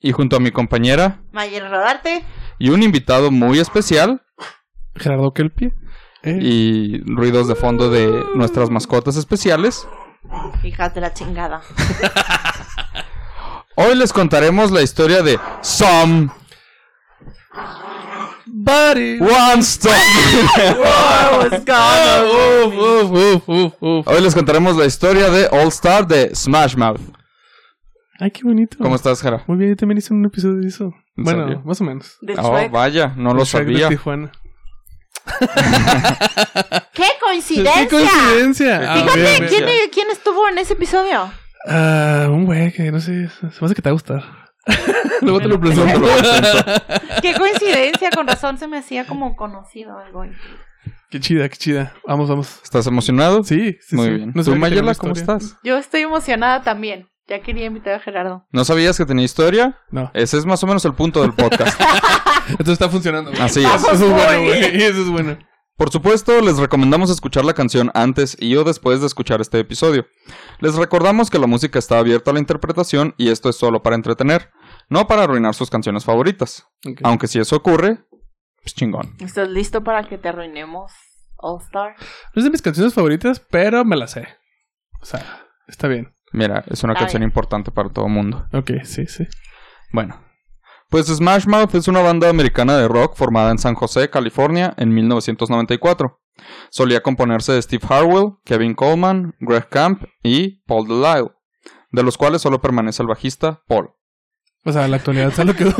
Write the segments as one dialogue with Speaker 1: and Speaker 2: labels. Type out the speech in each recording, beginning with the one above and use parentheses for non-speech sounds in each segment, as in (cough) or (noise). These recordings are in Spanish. Speaker 1: y junto a mi compañera
Speaker 2: Mayer Rodarte.
Speaker 1: y un invitado muy especial
Speaker 3: Gerardo Kelpie. Eh,
Speaker 1: y ruidos de fondo de nuestras mascotas especiales,
Speaker 2: Hijas de la chingada.
Speaker 1: hoy les contaremos la historia de Some
Speaker 3: Buddy.
Speaker 1: One Stop.
Speaker 3: Ah, (laughs) uf, uf, uf, uf,
Speaker 1: (laughs)
Speaker 3: uf.
Speaker 1: Hoy les contaremos la historia de All Star de Smash Mouth.
Speaker 3: Ay, qué bonito.
Speaker 1: ¿Cómo estás, Jara?
Speaker 3: Muy bien, yo también hice un episodio de eso.
Speaker 1: ¿En
Speaker 3: Bueno,
Speaker 1: serio?
Speaker 3: más o menos.
Speaker 2: De
Speaker 1: Oh,
Speaker 2: Shrek.
Speaker 1: vaya, no lo
Speaker 3: El Shrek de
Speaker 1: sabía.
Speaker 3: Tijuana.
Speaker 2: ¡Qué coincidencia!
Speaker 3: ¡Qué coincidencia! Ah,
Speaker 1: Fíjate,
Speaker 3: bien,
Speaker 2: Fíjate,
Speaker 3: bien.
Speaker 2: ¿quién, quién estuvo en ese episodio?
Speaker 3: Ah, un güey que no sé, se me hace que te va a gustar.
Speaker 1: (laughs)
Speaker 3: Luego te lo
Speaker 1: Luego te
Speaker 3: presento.
Speaker 1: lo presento.
Speaker 2: ¡Qué coincidencia! Con razón se me hacía como conocido algo.
Speaker 3: qué chida, qué chida. Vamos, vamos.
Speaker 1: ¿Estás emocionado?
Speaker 3: Sí, sí,
Speaker 1: Muy
Speaker 3: sí.
Speaker 1: bien.
Speaker 3: No
Speaker 1: ¿Tú,
Speaker 3: sabía que tenía
Speaker 1: Mayela,
Speaker 3: una
Speaker 1: cómo
Speaker 3: historia.
Speaker 1: estás?
Speaker 2: Yo estoy emocionada también. Ya quería invitar a Gerardo.
Speaker 1: ¿No sabías que tenía historia?
Speaker 3: No.
Speaker 1: Ese es más o menos el punto del podcast.
Speaker 3: Entonces está funcionando. güey.
Speaker 1: Así es.
Speaker 3: Eso es
Speaker 2: Vamos,
Speaker 3: bueno,
Speaker 2: muy
Speaker 3: güey. Eso es bueno.
Speaker 1: Por supuesto, les recomendamos escuchar la canción antes y o después de escuchar este episodio. Les recordamos que la música está abierta a la interpretación y esto es solo para entretener, no para arruinar sus canciones favoritas.
Speaker 3: Ok.
Speaker 1: Aunque si eso ocurre, pues chingón.
Speaker 2: ¿Estás listo para que te arruinemos, All Star?
Speaker 3: No es de mis canciones favoritas, pero me la sé. O sea, está bien.
Speaker 1: Mira, es una
Speaker 2: Está
Speaker 1: canción
Speaker 2: bien.
Speaker 1: importante para todo el mundo.
Speaker 3: Ok, sí, sí.
Speaker 1: Bueno. Pues Smash Mouth es una banda americana de rock formada en San José, California, en 1994. Solía componerse de Steve Harwell, Kevin Coleman, Greg Camp y Paul DeLisle, de los cuales solo permanece el bajista Paul.
Speaker 3: O sea, la actualidad solo quedó.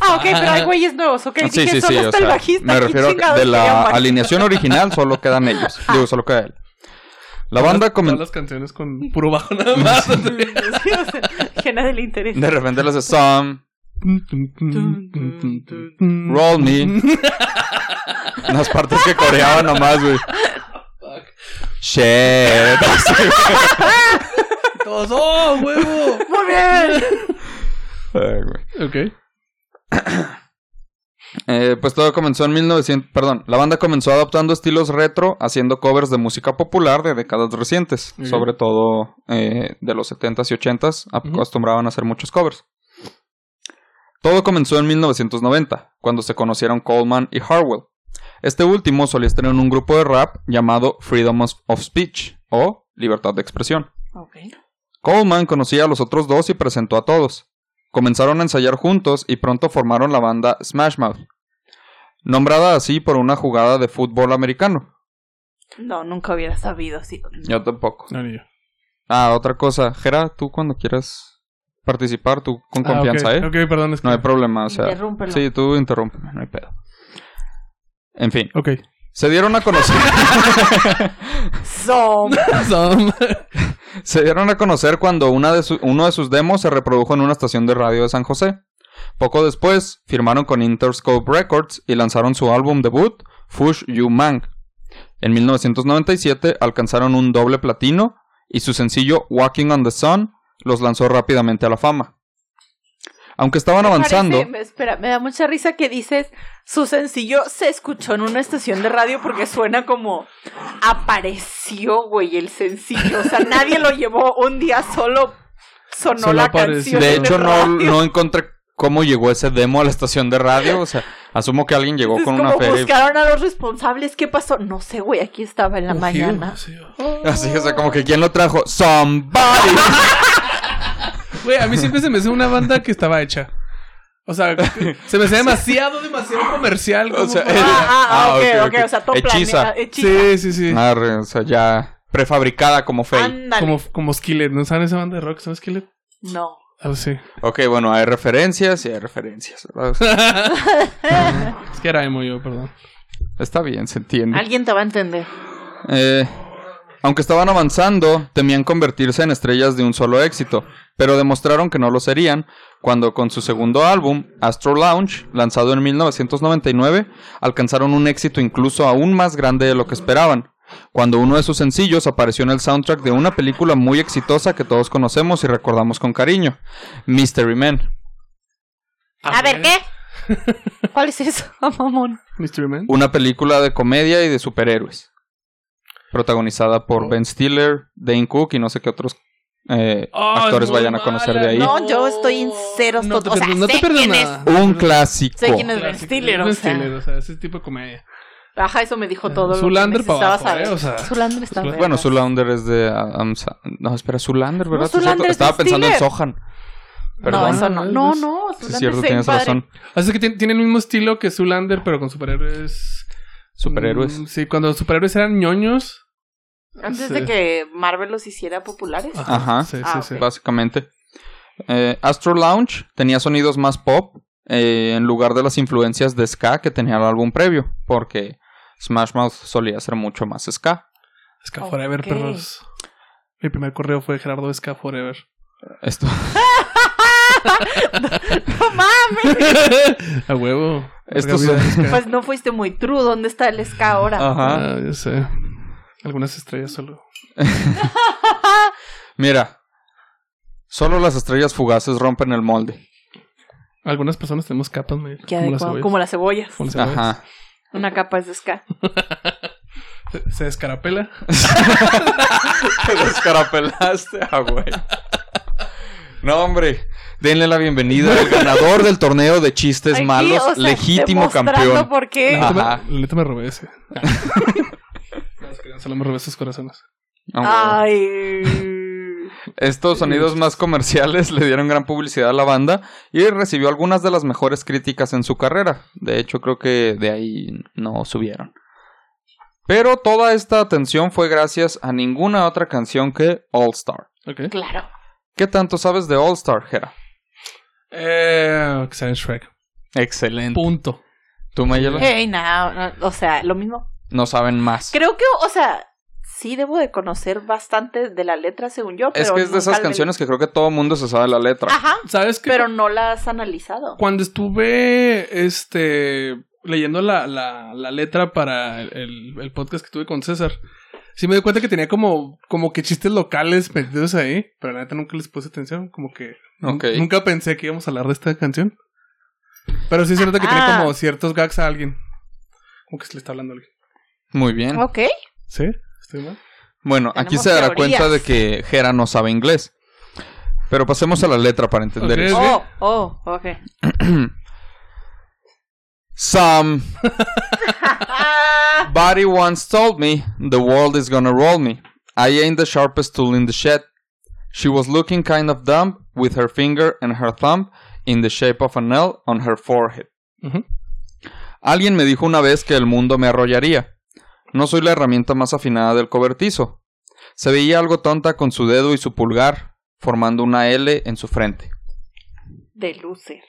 Speaker 2: Ah, ok, pero hay güeyes nuevos, (laughs) ok.
Speaker 1: Sí, sí,
Speaker 2: Dije,
Speaker 1: sí.
Speaker 2: solo
Speaker 1: o
Speaker 2: está
Speaker 1: sea,
Speaker 2: el bajista.
Speaker 1: me
Speaker 2: ¿quién
Speaker 1: refiero a
Speaker 2: chingados
Speaker 1: de
Speaker 2: sería
Speaker 1: la
Speaker 2: Max?
Speaker 1: alineación original, solo
Speaker 2: (laughs)
Speaker 1: quedan ellos. Digo, solo queda él. La banda
Speaker 3: Todas
Speaker 1: comentó.
Speaker 3: las canciones con puro bajo nada más.
Speaker 2: Sí, o sea, (laughs) que a nadie le interesa.
Speaker 1: De repente les hace Some, Roll
Speaker 2: (laughs)
Speaker 1: Me. Las partes que coreaban nomás, güey. Shit. (laughs)
Speaker 2: (laughs)
Speaker 3: Todos, ¡oh, huevo!
Speaker 2: Muy bien.
Speaker 1: Ay, güey.
Speaker 3: Ok.
Speaker 1: Eh, pues todo comenzó en 1900, perdón, la banda comenzó adoptando estilos retro, haciendo covers de música popular de décadas recientes,
Speaker 3: Ujú.
Speaker 1: sobre todo eh, de los 70s y 80s,
Speaker 3: Ujú.
Speaker 1: acostumbraban a hacer muchos covers. Todo comenzó en 1990, cuando se conocieron Coleman y Harwell. Este último solía estar en un grupo de rap llamado Freedom of- of Speech o Libertad de Expresión.
Speaker 2: Ok.
Speaker 1: Coleman conocía a los otros dos y presentó a todos. Comenzaron a ensayar juntos y pronto formaron la banda Smash Mouth, nombrada así por una jugada de fútbol americano.
Speaker 2: No, nunca hubiera sabido. Sí.
Speaker 1: Yo tampoco.
Speaker 3: No, ni yo.
Speaker 1: Ah, otra cosa, Jera, tú cuando quieras participar, tú con
Speaker 3: Ah,
Speaker 1: confianza,
Speaker 3: ok,
Speaker 1: ¿eh?
Speaker 3: Ok, perdón, es que.
Speaker 1: No hay problema, o sea.
Speaker 2: Interrúmpelo.
Speaker 1: Sí, tú interrúmpeme, no hay pedo. En fin,
Speaker 3: (laughs) Ok.
Speaker 1: se dieron a conocer.
Speaker 2: Som.
Speaker 3: Som.
Speaker 1: Se dieron a conocer cuando una de su- uno de sus demos se reprodujo en una estación de radio de San José. Poco después, firmaron con Interscope Records y lanzaron su álbum debut, Fush You Mang. En 1997 alcanzaron un doble platino y su sencillo Walking on the Sun los lanzó rápidamente a la fama. Aunque estaban
Speaker 2: Me
Speaker 1: avanzando,
Speaker 2: parece- me- espera, me da mucha risa que dices, su sencillo se escuchó en una estación de radio porque suena como apareció, güey, el sencillo. O sea, nadie lo llevó un día solo. Sonó
Speaker 3: Solo
Speaker 2: la
Speaker 3: apareció.
Speaker 2: canción.
Speaker 1: de
Speaker 2: en
Speaker 1: hecho
Speaker 2: el
Speaker 1: no,
Speaker 2: radio.
Speaker 1: no encontré cómo llegó ese demo a la estación de radio. O sea, asumo que alguien llegó
Speaker 2: (laughs) Es
Speaker 1: con
Speaker 2: como
Speaker 1: una feria. y-
Speaker 2: buscaron a los responsables. ¿Qué pasó? No sé, güey, aquí estaba en la mañana.
Speaker 1: (laughs) Oh,
Speaker 2: Ah,
Speaker 1: Así, o sea, como que ¿quién lo trajo? ¡Somebody!
Speaker 3: Güey, a mí siempre se me hace una banda que estaba hecha.
Speaker 1: (laughs)
Speaker 3: O sea, se me hace demasiado, demasiado comercial. como
Speaker 1: O sea,
Speaker 3: para-
Speaker 1: eh,
Speaker 2: Ah, ah,
Speaker 1: Ah,
Speaker 2: ok,
Speaker 1: ok,
Speaker 2: ok,
Speaker 1: ok.
Speaker 2: o sea, todo
Speaker 1: Hechiza.
Speaker 2: planeado, hechiza.
Speaker 3: Sí, sí, sí.
Speaker 1: Arre, o sea, ya prefabricada como fake.
Speaker 2: Ándale.
Speaker 3: Como, como Skillet. ¿No saben esa banda de rock? ¿Saben Skillet?
Speaker 2: No.
Speaker 3: Ah, sí.
Speaker 1: Ok, bueno, hay referencias y hay referencias. ¿verdad? O sea, (laughs)
Speaker 3: Es que era emo yo, perdón.
Speaker 1: Está bien, se entiende.
Speaker 2: Alguien te va a entender.
Speaker 1: Eh, Aunque estaban avanzando, temían convertirse en estrellas de un solo éxito, pero demostraron que no lo serían cuando con su segundo álbum, Astro Lounge, lanzado en 1999, alcanzaron un éxito incluso aún más grande de lo que esperaban, cuando uno de sus sencillos apareció en el soundtrack de una película muy exitosa que todos conocemos y recordamos con cariño, Mystery Man.
Speaker 2: A ver, ¿qué? ¿Cuál es eso, (laughs) mamón?
Speaker 3: Mystery Man.
Speaker 1: Una película de comedia y de superhéroes. Protagonizada por
Speaker 3: Oh.
Speaker 1: Ben Stiller, Dane Cook y no sé qué otros eh,
Speaker 3: Oh, es
Speaker 1: actores
Speaker 3: muy
Speaker 1: vayan a conocer de
Speaker 3: mala,
Speaker 1: ahí.
Speaker 2: No, yo estoy en ceros
Speaker 3: No te
Speaker 2: tot- o sea,
Speaker 3: perdono- no te
Speaker 2: sé quién
Speaker 3: perdono
Speaker 2: es.
Speaker 3: nada.
Speaker 1: Un clásico.
Speaker 2: Sé quién es. Ben
Speaker 3: Clásico,
Speaker 2: Stiller, o
Speaker 3: Ben
Speaker 2: sea.
Speaker 3: Stiller, o sea, ese tipo de comedia.
Speaker 2: Ajá, eso me dijo todo.
Speaker 3: Zoolander pa'
Speaker 2: para
Speaker 3: abajo, ¿eh? O sea,
Speaker 2: Zulander está
Speaker 3: Zoolander-
Speaker 1: Bueno,
Speaker 2: vergas.
Speaker 1: Zulander es de Adam Sa- No, espera, Zulander, ¿verdad?
Speaker 2: No,
Speaker 1: Ese es
Speaker 2: Zoolander
Speaker 1: otro-
Speaker 2: es
Speaker 1: Estaba
Speaker 2: Ben
Speaker 1: pensando en
Speaker 2: Stiller.
Speaker 1: Sohan.
Speaker 2: No,
Speaker 1: Perdón.
Speaker 2: eso no. No, no.
Speaker 1: Sí, es
Speaker 2: Zoolander
Speaker 1: cierto,
Speaker 2: está
Speaker 1: tienes
Speaker 2: padre.
Speaker 1: razón.
Speaker 3: O sea, que tien- tiene el mismo estilo que Zoolander, pero con superhéroes.
Speaker 1: Superhéroes.
Speaker 3: Mm, sí, cuando los superhéroes eran ñoños.
Speaker 2: Antes
Speaker 3: Sí.
Speaker 2: de que Marvel los hiciera populares.
Speaker 1: Ajá.
Speaker 3: Sí, sí,
Speaker 2: Ah,
Speaker 3: sí.
Speaker 2: ok.
Speaker 1: básicamente. Eh, Astro Lounge tenía sonidos más pop eh, en lugar de las influencias de ska que tenía el álbum previo, porque Smash Mouth solía ser mucho más ska.
Speaker 3: Ska Forever,
Speaker 2: Ok.
Speaker 3: perros. Mi primer correo fue Gerardo Ska Forever.
Speaker 1: Esto.
Speaker 2: (laughs) ¡No mames!
Speaker 3: A huevo.
Speaker 1: Esto
Speaker 3: Larga
Speaker 1: es-
Speaker 3: vida
Speaker 1: (laughs)
Speaker 3: Ska.
Speaker 2: Pues no fuiste muy true. ¿Dónde está el ska ahora?
Speaker 1: Ajá.
Speaker 3: Ah, yo sé. Algunas estrellas solo.
Speaker 1: Mira, solo las estrellas fugaces rompen el molde.
Speaker 3: Algunas personas tenemos capas, me
Speaker 2: Qué
Speaker 3: como
Speaker 2: adecuado.
Speaker 3: las cebollas.
Speaker 2: Como las cebollas.
Speaker 3: Como las cebollas.
Speaker 1: Ajá.
Speaker 2: Una capa es de ska.
Speaker 3: Se- Se descarapela.
Speaker 1: (laughs) Te descarapelaste, ah, güey. No, hombre. Denle la bienvenida al ganador del torneo de chistes
Speaker 2: Aquí,
Speaker 1: malos,
Speaker 2: o sea,
Speaker 1: legítimo
Speaker 2: demostrando
Speaker 1: campeón.
Speaker 2: por qué.
Speaker 1: Ah.
Speaker 3: La neta
Speaker 1: Ajá.
Speaker 3: me- la neta me robé
Speaker 1: (laughs)
Speaker 3: ese. No, es que Solo me robé sus corazones.
Speaker 1: Ah, güey.
Speaker 2: Ay.
Speaker 1: Estos sonidos más comerciales le dieron gran publicidad a la banda y recibió algunas de las mejores críticas en su carrera. De hecho, creo que de ahí no subieron. Pero toda esta atención fue gracias a ninguna otra canción que All Star.
Speaker 3: Ok.
Speaker 2: Claro.
Speaker 1: ¿Qué tanto sabes de All Star, Jera?
Speaker 3: Eh, que sea en Shrek.
Speaker 1: Excelente.
Speaker 3: Punto.
Speaker 1: ¿Tú, Mayela?
Speaker 2: Hey, no, no, O sea, lo mismo.
Speaker 1: No saben más.
Speaker 2: Eh, Creo que, o sea, sí debo de conocer bastante de la letra, según yo.
Speaker 1: Es
Speaker 2: pero
Speaker 1: que es de
Speaker 2: nunca
Speaker 1: esas
Speaker 2: le- Ah.
Speaker 1: canciones que creo que todo mundo se sabe la letra.
Speaker 2: Ajá,
Speaker 3: ¿Sabes qué?
Speaker 2: pero no la has analizado.
Speaker 3: Cuando estuve este leyendo la, la, la letra para el, el podcast que tuve con César, sí me di cuenta que tenía como, como que chistes locales metidos ahí, pero la neta nunca les puse atención, como que nun-
Speaker 1: Ok.
Speaker 3: nunca pensé que íbamos a hablar de esta canción. Pero sí es cierto que tiene
Speaker 2: Ah.
Speaker 3: como ciertos gags a alguien. Como que se le está hablando a alguien.
Speaker 1: Muy bien.
Speaker 2: Ok.
Speaker 3: ¿Sí? ¿Estoy mal?
Speaker 1: Bueno, aquí
Speaker 2: Tenemos
Speaker 1: se dará
Speaker 2: teorías.
Speaker 1: cuenta de que Jera no sabe inglés. Pero pasemos a la letra para entender
Speaker 3: Ok.
Speaker 1: eso. (clears throat)
Speaker 2: Oh, oh, ok.
Speaker 1: Somebody
Speaker 2: Ah,
Speaker 1: once told me the world is gonna roll me. I ain't the sharpest tool in the shed. She was looking kind of dumb with her finger and her thumb in the shape of an L on her forehead.
Speaker 3: Ujú.
Speaker 1: Alguien me dijo una vez que el mundo me arrollaría. No soy la herramienta más afinada del cobertizo. Se veía algo tonta con su dedo y su pulgar, formando una L en su frente,
Speaker 2: de luces.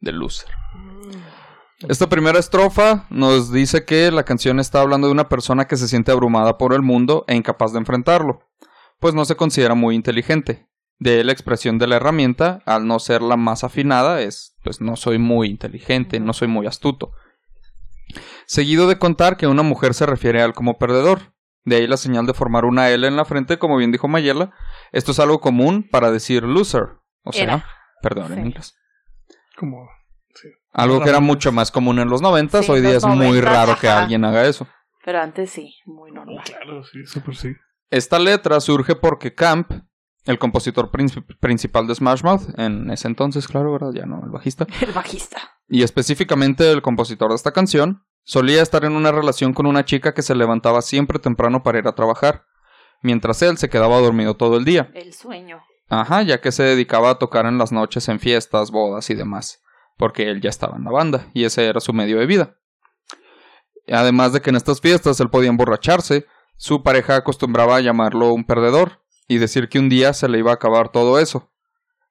Speaker 1: de loser. Mm. Esta primera estrofa nos dice que la canción está hablando de una persona que se siente abrumada por el mundo e incapaz de enfrentarlo, pues no se considera muy inteligente. De la expresión de la herramienta, al no ser la más afinada, es pues no soy muy inteligente, no soy muy astuto. Seguido de contar que una mujer se refiere a él como perdedor. De ahí la señal de formar una L en la frente, como bien dijo Mayela. Esto es algo común para decir loser. O sea,
Speaker 2: Era.
Speaker 1: perdón en
Speaker 2: Sí.
Speaker 1: inglés.
Speaker 3: Como...
Speaker 1: Algo que era
Speaker 3: Ramones.
Speaker 1: mucho más común en los noventas,
Speaker 2: Sí,
Speaker 1: hoy día
Speaker 2: los
Speaker 1: es muy
Speaker 2: noventas,
Speaker 1: raro que
Speaker 2: ajá.
Speaker 1: alguien haga eso.
Speaker 2: Pero antes sí, muy normal.
Speaker 3: ah,
Speaker 2: (laughs)
Speaker 3: Claro, sí, súper sí.
Speaker 1: Esta letra surge porque Camp, el compositor princip- principal de Smash Mouth, en ese entonces, claro, ¿verdad? Ya no, el bajista,
Speaker 2: El bajista.
Speaker 1: y específicamente el compositor de esta canción, solía estar en una relación con una chica que se levantaba siempre temprano para ir a trabajar, mientras él se quedaba dormido todo el día.
Speaker 2: El sueño.
Speaker 1: Ajá, ya que se dedicaba a tocar en las noches en fiestas, bodas y demás, porque él ya estaba en la banda y ese era su medio de vida. Además de que en estas fiestas él podía emborracharse, su pareja acostumbraba a llamarlo un perdedor y decir que un día se le iba a acabar todo eso.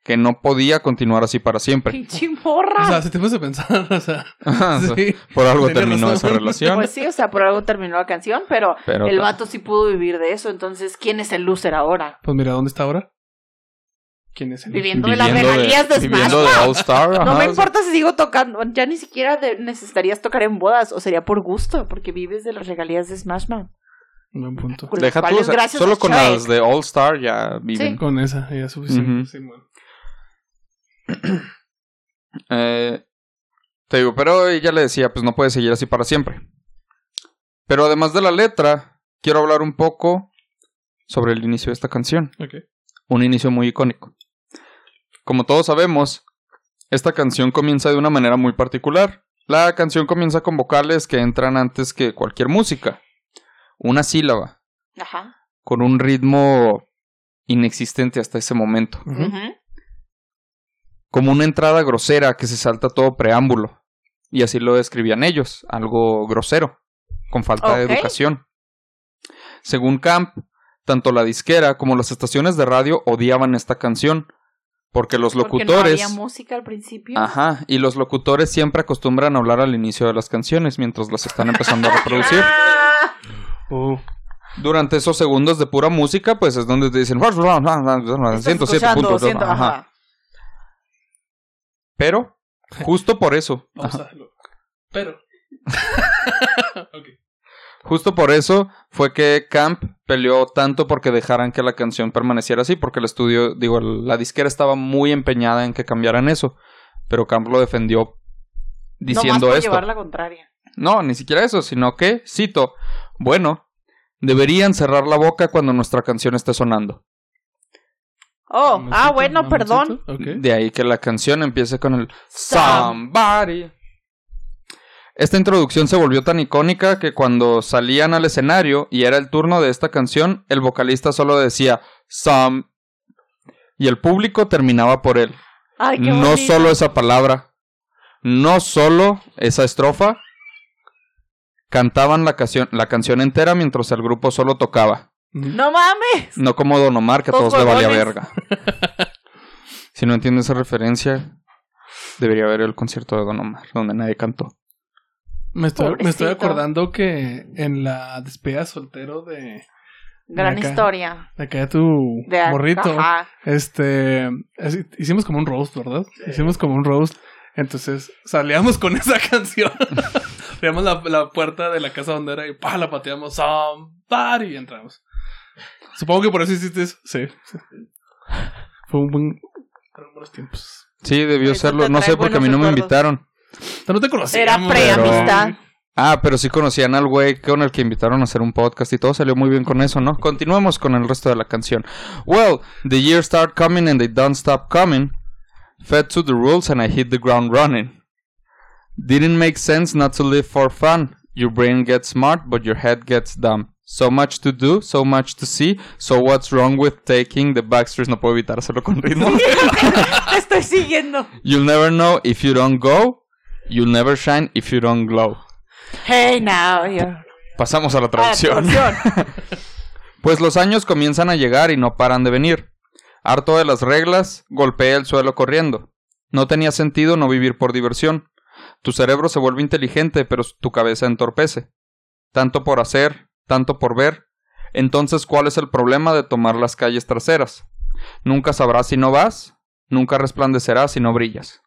Speaker 1: que no podía continuar así para (laughs) siempre.
Speaker 2: Pinche
Speaker 3: O sea,
Speaker 2: morra.
Speaker 3: si te pones a pensar, (laughs) o sea.
Speaker 1: Ajá, Ah, o sea,
Speaker 3: Sí.
Speaker 1: Por algo
Speaker 3: Tenía
Speaker 1: terminó
Speaker 3: razón.
Speaker 1: esa relación.
Speaker 2: Pues sí, o sea, por algo terminó la canción, pero
Speaker 1: pero pues
Speaker 2: el vato sí pudo vivir de eso. Entonces, ¿quién es el loser ahora?
Speaker 3: Pues mira, ¿dónde está ahora? ¿Quién es el
Speaker 2: Viviendo de las regalías de Smash
Speaker 1: viviendo de
Speaker 2: Bros.
Speaker 1: All Star.
Speaker 2: No
Speaker 1: ajá,
Speaker 2: me
Speaker 1: o sea,
Speaker 2: importa si sigo tocando. Ya ni siquiera de- necesitarías tocar en bodas o sería por gusto, porque vives de las regalías de Smash Man.
Speaker 3: Buen punto.
Speaker 2: Con las
Speaker 1: Deja tú,
Speaker 2: cuales
Speaker 1: o sea,
Speaker 2: gracias
Speaker 1: solo
Speaker 2: a
Speaker 1: con
Speaker 2: Shrek.
Speaker 1: las de All Star ya viven.
Speaker 3: Con esa, ya es suficiente.
Speaker 1: Ujú.
Speaker 3: Simón.
Speaker 1: Eh, te digo, pero ella le decía, pues no puede seguir así para siempre. Pero además de la letra, quiero hablar un poco sobre el inicio de esta canción.
Speaker 3: Ok.
Speaker 1: un inicio muy icónico. Como todos sabemos, esta canción comienza de una manera muy particular. La canción comienza con vocales que entran antes que cualquier música. Una sílaba,
Speaker 2: Ajá.
Speaker 1: con un ritmo inexistente hasta ese momento.
Speaker 3: Ujú.
Speaker 2: Ujú.
Speaker 1: Como una entrada grosera que se salta todo preámbulo. Y así lo describían ellos, algo grosero, con falta
Speaker 2: Ok.
Speaker 1: de educación. Según Camp, tanto la disquera como las estaciones de radio odiaban esta canción, porque los
Speaker 2: Porque
Speaker 1: locutores...
Speaker 2: no había música al principio.
Speaker 1: Ajá, y los locutores siempre acostumbran a hablar al inicio de las canciones mientras las están empezando a reproducir.
Speaker 2: Ah,
Speaker 3: Oh,
Speaker 1: Durante esos segundos de pura música, pues es donde te dicen
Speaker 2: estás
Speaker 1: 107
Speaker 2: escuchando,
Speaker 1: puntos.
Speaker 2: siento,
Speaker 1: Ajá.
Speaker 2: ajá.
Speaker 1: Pero, justo por eso,
Speaker 3: vamos
Speaker 1: ajá,
Speaker 3: a hacerlo.
Speaker 1: (laughs)
Speaker 3: Pero. ok.
Speaker 1: justo por eso fue que Camp peleó tanto porque dejaran que la canción permaneciera así, porque el estudio, digo, la disquera estaba muy empeñada en que cambiaran eso. Pero Camp lo defendió
Speaker 2: Nomás
Speaker 1: diciendo
Speaker 2: por
Speaker 1: esto.
Speaker 2: llevar la contraria.
Speaker 1: No, ni siquiera eso, sino que, cito, bueno, deberían cerrar la boca cuando nuestra canción esté sonando.
Speaker 2: Oh, ah,
Speaker 3: Mamoncito,
Speaker 2: bueno, perdón.
Speaker 3: mamoncito. Ok.
Speaker 1: De ahí que la canción empiece con el
Speaker 2: Some-
Speaker 1: Somebody. Esta introducción se volvió tan icónica que cuando salían al escenario y era el turno de esta canción, el vocalista solo decía Some y el público terminaba por él.
Speaker 2: Ay, qué
Speaker 1: no
Speaker 2: bonito.
Speaker 1: solo esa palabra, no solo esa estrofa, cantaban la, canción la canción entera mientras el grupo solo tocaba.
Speaker 3: Ujú.
Speaker 2: No mames.
Speaker 1: No como Don Omar, que a
Speaker 2: Los
Speaker 1: todos le valía
Speaker 2: huevones.
Speaker 1: verga. (laughs) si no entiendo esa referencia, debería haber el concierto de Don Omar, donde nadie cantó.
Speaker 3: Me, estoy, me estoy
Speaker 2: Pobrecito.
Speaker 3: acordando que en la despedida soltero de,
Speaker 2: Gran
Speaker 3: Acá.
Speaker 2: historia.
Speaker 3: de acá de tu
Speaker 2: De
Speaker 3: morrito.
Speaker 2: Ajá.
Speaker 3: Este, así- hicimos como un roast, ¿verdad? Hicimos como un roast. Entonces salíamos con (laughs) esa canción. Abríamos la, la puerta de la casa donde era y pa, la pateamos. Somebody y entramos. Supongo que por eso hiciste eso. Sí. sí. Fue un buen. Fueron buenos tiempos.
Speaker 1: Sí, debió
Speaker 2: Eso
Speaker 1: serlo.
Speaker 2: te
Speaker 1: No
Speaker 2: trae
Speaker 1: sé porque a mí no
Speaker 2: buenos
Speaker 1: me
Speaker 2: recuerdos.
Speaker 1: invitaron.
Speaker 3: O sea, no te
Speaker 2: Era
Speaker 3: conocíamos.
Speaker 2: preamistad.
Speaker 1: Ah, pero sí conocían al güey con el que invitaron a hacer un podcast y todo salió muy bien con eso, ¿no? Continuemos con el resto de la canción. Well, the years start coming and they don't stop coming. Fed to the rules and I hit the ground running. Didn't make sense not to live for fun. Your brain gets smart, but your head gets dumb. So much to do, so much to see. So what's wrong with taking the backstreets? No puedo evitar hacerlo con ritmo.
Speaker 2: (laughs) (laughs) Te estoy siguiendo.
Speaker 1: You'll never know if you don't go. You'll never shine if you don't glow.
Speaker 2: Hey, now. you're-
Speaker 1: Pasamos a la
Speaker 2: Ah,
Speaker 1: traducción. (laughs) Pues los años comienzan a llegar y no paran de venir. Harto de las reglas, golpeé el suelo corriendo. No tenía sentido no vivir por diversión. Tu cerebro se vuelve inteligente, pero tu cabeza entorpece. Tanto por hacer, tanto por ver. Entonces, ¿cuál es el problema de tomar las calles traseras? Nunca sabrás si no vas, nunca resplandecerás si no brillas.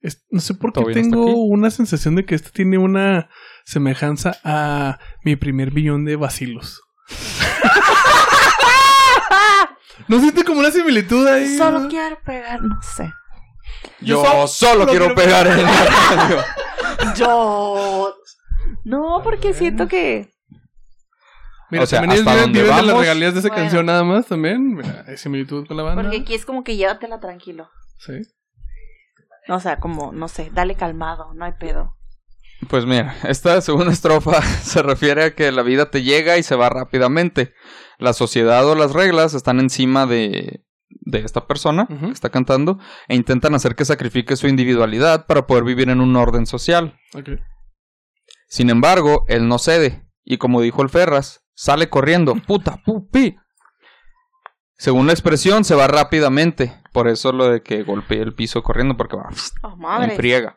Speaker 3: Es- No sé por qué
Speaker 1: ¿Todo bien hasta aquí?
Speaker 3: tengo una sensación de que este tiene una semejanza a mi primer billón de vacilos. ¿No siente como una similitud ahí?
Speaker 2: Ah, Solo quiero pegar, no sé.
Speaker 1: Yo,
Speaker 3: Yo solo-
Speaker 1: solo
Speaker 3: solo
Speaker 1: quiero
Speaker 3: quiero
Speaker 1: pegar en la radio.
Speaker 2: Yo. No, porque
Speaker 3: Bueno.
Speaker 2: siento que.
Speaker 3: Mira,
Speaker 1: O sea,
Speaker 3: también
Speaker 1: hasta
Speaker 3: ellos viven,
Speaker 1: donde
Speaker 3: viven de las
Speaker 1: vamos.
Speaker 3: regalías de esa
Speaker 2: Bueno.
Speaker 3: canción nada más también. Mira, hay similitud con la banda.
Speaker 2: Porque aquí es como que llévatela tranquilo.
Speaker 3: Sí.
Speaker 2: O sea, como, no sé, dale calmado, no hay pedo.
Speaker 1: Pues mira, esta segunda estrofa (laughs) se refiere a que la vida te llega y se va rápidamente. La sociedad o las reglas están encima de, de esta persona
Speaker 3: Ujú.
Speaker 1: que está cantando e intentan hacer que sacrifique su individualidad para poder vivir en un orden social.
Speaker 3: Ok.
Speaker 1: Sin embargo, él no cede y como dijo el Ferras, sale corriendo, puta, pupi. Según la expresión, se va rápidamente. Por eso lo de que golpee el piso corriendo, porque va
Speaker 2: Oh,
Speaker 1: en
Speaker 2: madre.
Speaker 1: friega.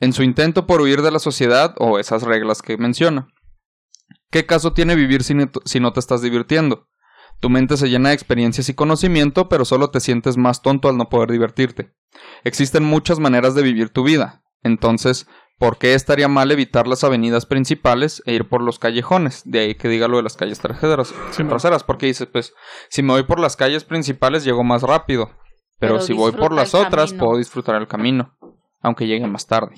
Speaker 1: En su intento por huir de la sociedad o esas reglas que menciona. ¿Qué caso tiene vivir si, ne- si no te estás divirtiendo? Tu mente se llena de experiencias y conocimiento, pero solo te sientes más tonto al no poder divertirte. Existen muchas maneras de vivir tu vida. Entonces, ¿por qué estaría mal evitar las avenidas principales e ir por los callejones? De ahí que diga lo de las calles traseras.
Speaker 3: Sí, no.
Speaker 1: traseras porque dices, pues, si me voy por las calles principales, llego más rápido. Pero,
Speaker 2: Pero
Speaker 1: si voy por
Speaker 2: disfruta
Speaker 1: las
Speaker 2: el
Speaker 1: otras,
Speaker 2: camino.
Speaker 1: puedo disfrutar el camino. Aunque llegue más tarde.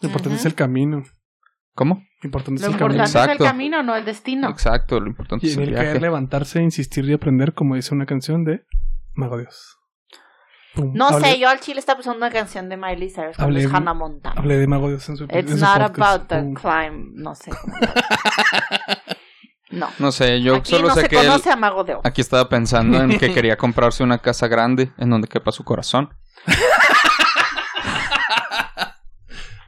Speaker 3: Lo importante
Speaker 2: Ujú.
Speaker 3: es el camino.
Speaker 1: ¿Cómo?
Speaker 3: Lo importante
Speaker 2: Lo
Speaker 3: es el camino.
Speaker 2: importante es
Speaker 1: Exacto.
Speaker 2: el camino, no el destino.
Speaker 1: Exacto, lo importante
Speaker 3: Y
Speaker 1: es
Speaker 3: en
Speaker 1: el
Speaker 3: el
Speaker 1: viaje.
Speaker 3: caer, levantarse, insistir y aprender, como dice una canción de Mago Dios. Pum.
Speaker 2: No
Speaker 3: Hablé-
Speaker 2: sé, yo al chile estaba usando una canción de Miley Cyrus cuando
Speaker 3: Hablé-
Speaker 2: es Hannah Montana.
Speaker 3: Hablé de Mago Dios en su en
Speaker 2: It's
Speaker 3: su
Speaker 2: not
Speaker 3: podcast.
Speaker 2: about the
Speaker 3: Pum.
Speaker 2: climb, no
Speaker 3: (laughs)
Speaker 2: sé. no.
Speaker 1: No sé, yo
Speaker 2: Aquí
Speaker 1: solo
Speaker 2: no
Speaker 1: sé
Speaker 2: se
Speaker 1: que él-
Speaker 2: conoce a Mago de Oz.
Speaker 1: aquí estaba pensando en
Speaker 2: (laughs)
Speaker 1: que quería comprarse una casa grande en donde quepa su corazón.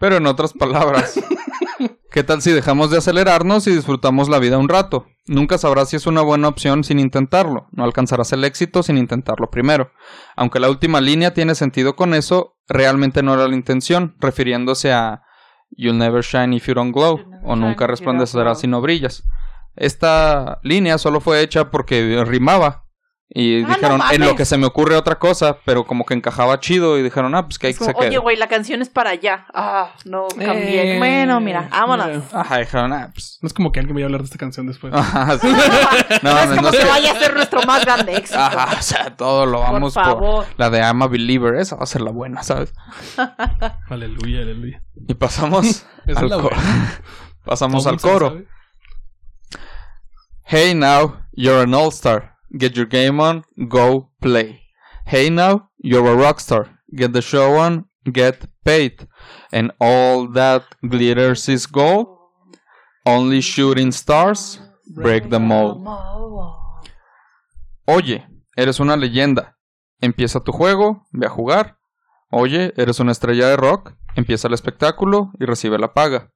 Speaker 1: Pero en otras palabras, ¿qué tal si dejamos de acelerarnos y disfrutamos la vida un rato? Nunca sabrás si es una buena opción sin intentarlo. No alcanzarás el éxito sin intentarlo primero. Aunque la última línea tiene sentido con eso, realmente no era la intención, refiriéndose a You'll never shine if you don't glow,
Speaker 2: You'll
Speaker 1: o
Speaker 2: never shine if
Speaker 1: nunca
Speaker 2: you don't glow.
Speaker 1: resplandecerás si no brillas. Esta línea solo fue hecha porque rimaba. Y
Speaker 2: Ah, no
Speaker 1: dijeron, en lo
Speaker 2: mames.
Speaker 1: que se me ocurre otra cosa, pero como que encajaba chido y dijeron, ah, pues que hay
Speaker 2: Es
Speaker 1: que
Speaker 2: como,
Speaker 1: se quede.
Speaker 2: Oye, güey, la canción es para allá. Ah, no, cambié.
Speaker 3: Eh,
Speaker 2: bueno, mira, vámonos.
Speaker 1: Ajá, dijeron, ah, pues. (laughs)
Speaker 3: No es como que alguien vaya a hablar de esta canción después.
Speaker 1: Ajá, sí. (laughs) No,
Speaker 2: (laughs) No, es
Speaker 1: mames,
Speaker 2: como
Speaker 1: no
Speaker 2: que
Speaker 1: sé.
Speaker 2: vaya a ser nuestro
Speaker 1: (laughs)
Speaker 2: más grande éxito.
Speaker 1: Ajá, o sea, todo lo
Speaker 2: Por
Speaker 1: vamos por,
Speaker 2: favor.
Speaker 1: la de I'm a Believer, esa va a ser la buena, ¿sabes?
Speaker 3: Aleluya, aleluya.
Speaker 1: Y pasamos
Speaker 3: (laughs) Esa
Speaker 1: al
Speaker 3: es la
Speaker 1: coro.
Speaker 3: buena.
Speaker 1: (laughs) Pasamos
Speaker 3: Todo
Speaker 1: al
Speaker 3: mundo se la
Speaker 1: coro.
Speaker 3: sabe.
Speaker 1: Hey now, you're an all-star. Get your game on, go play. Hey now, you're a rock star. Get the show on, get paid. And all that glitters is gold. Only shooting stars break the mold. Oye, eres una leyenda. Empieza tu juego, ve a jugar. Oye, eres una estrella de rock. Empieza el espectáculo y recibe la paga.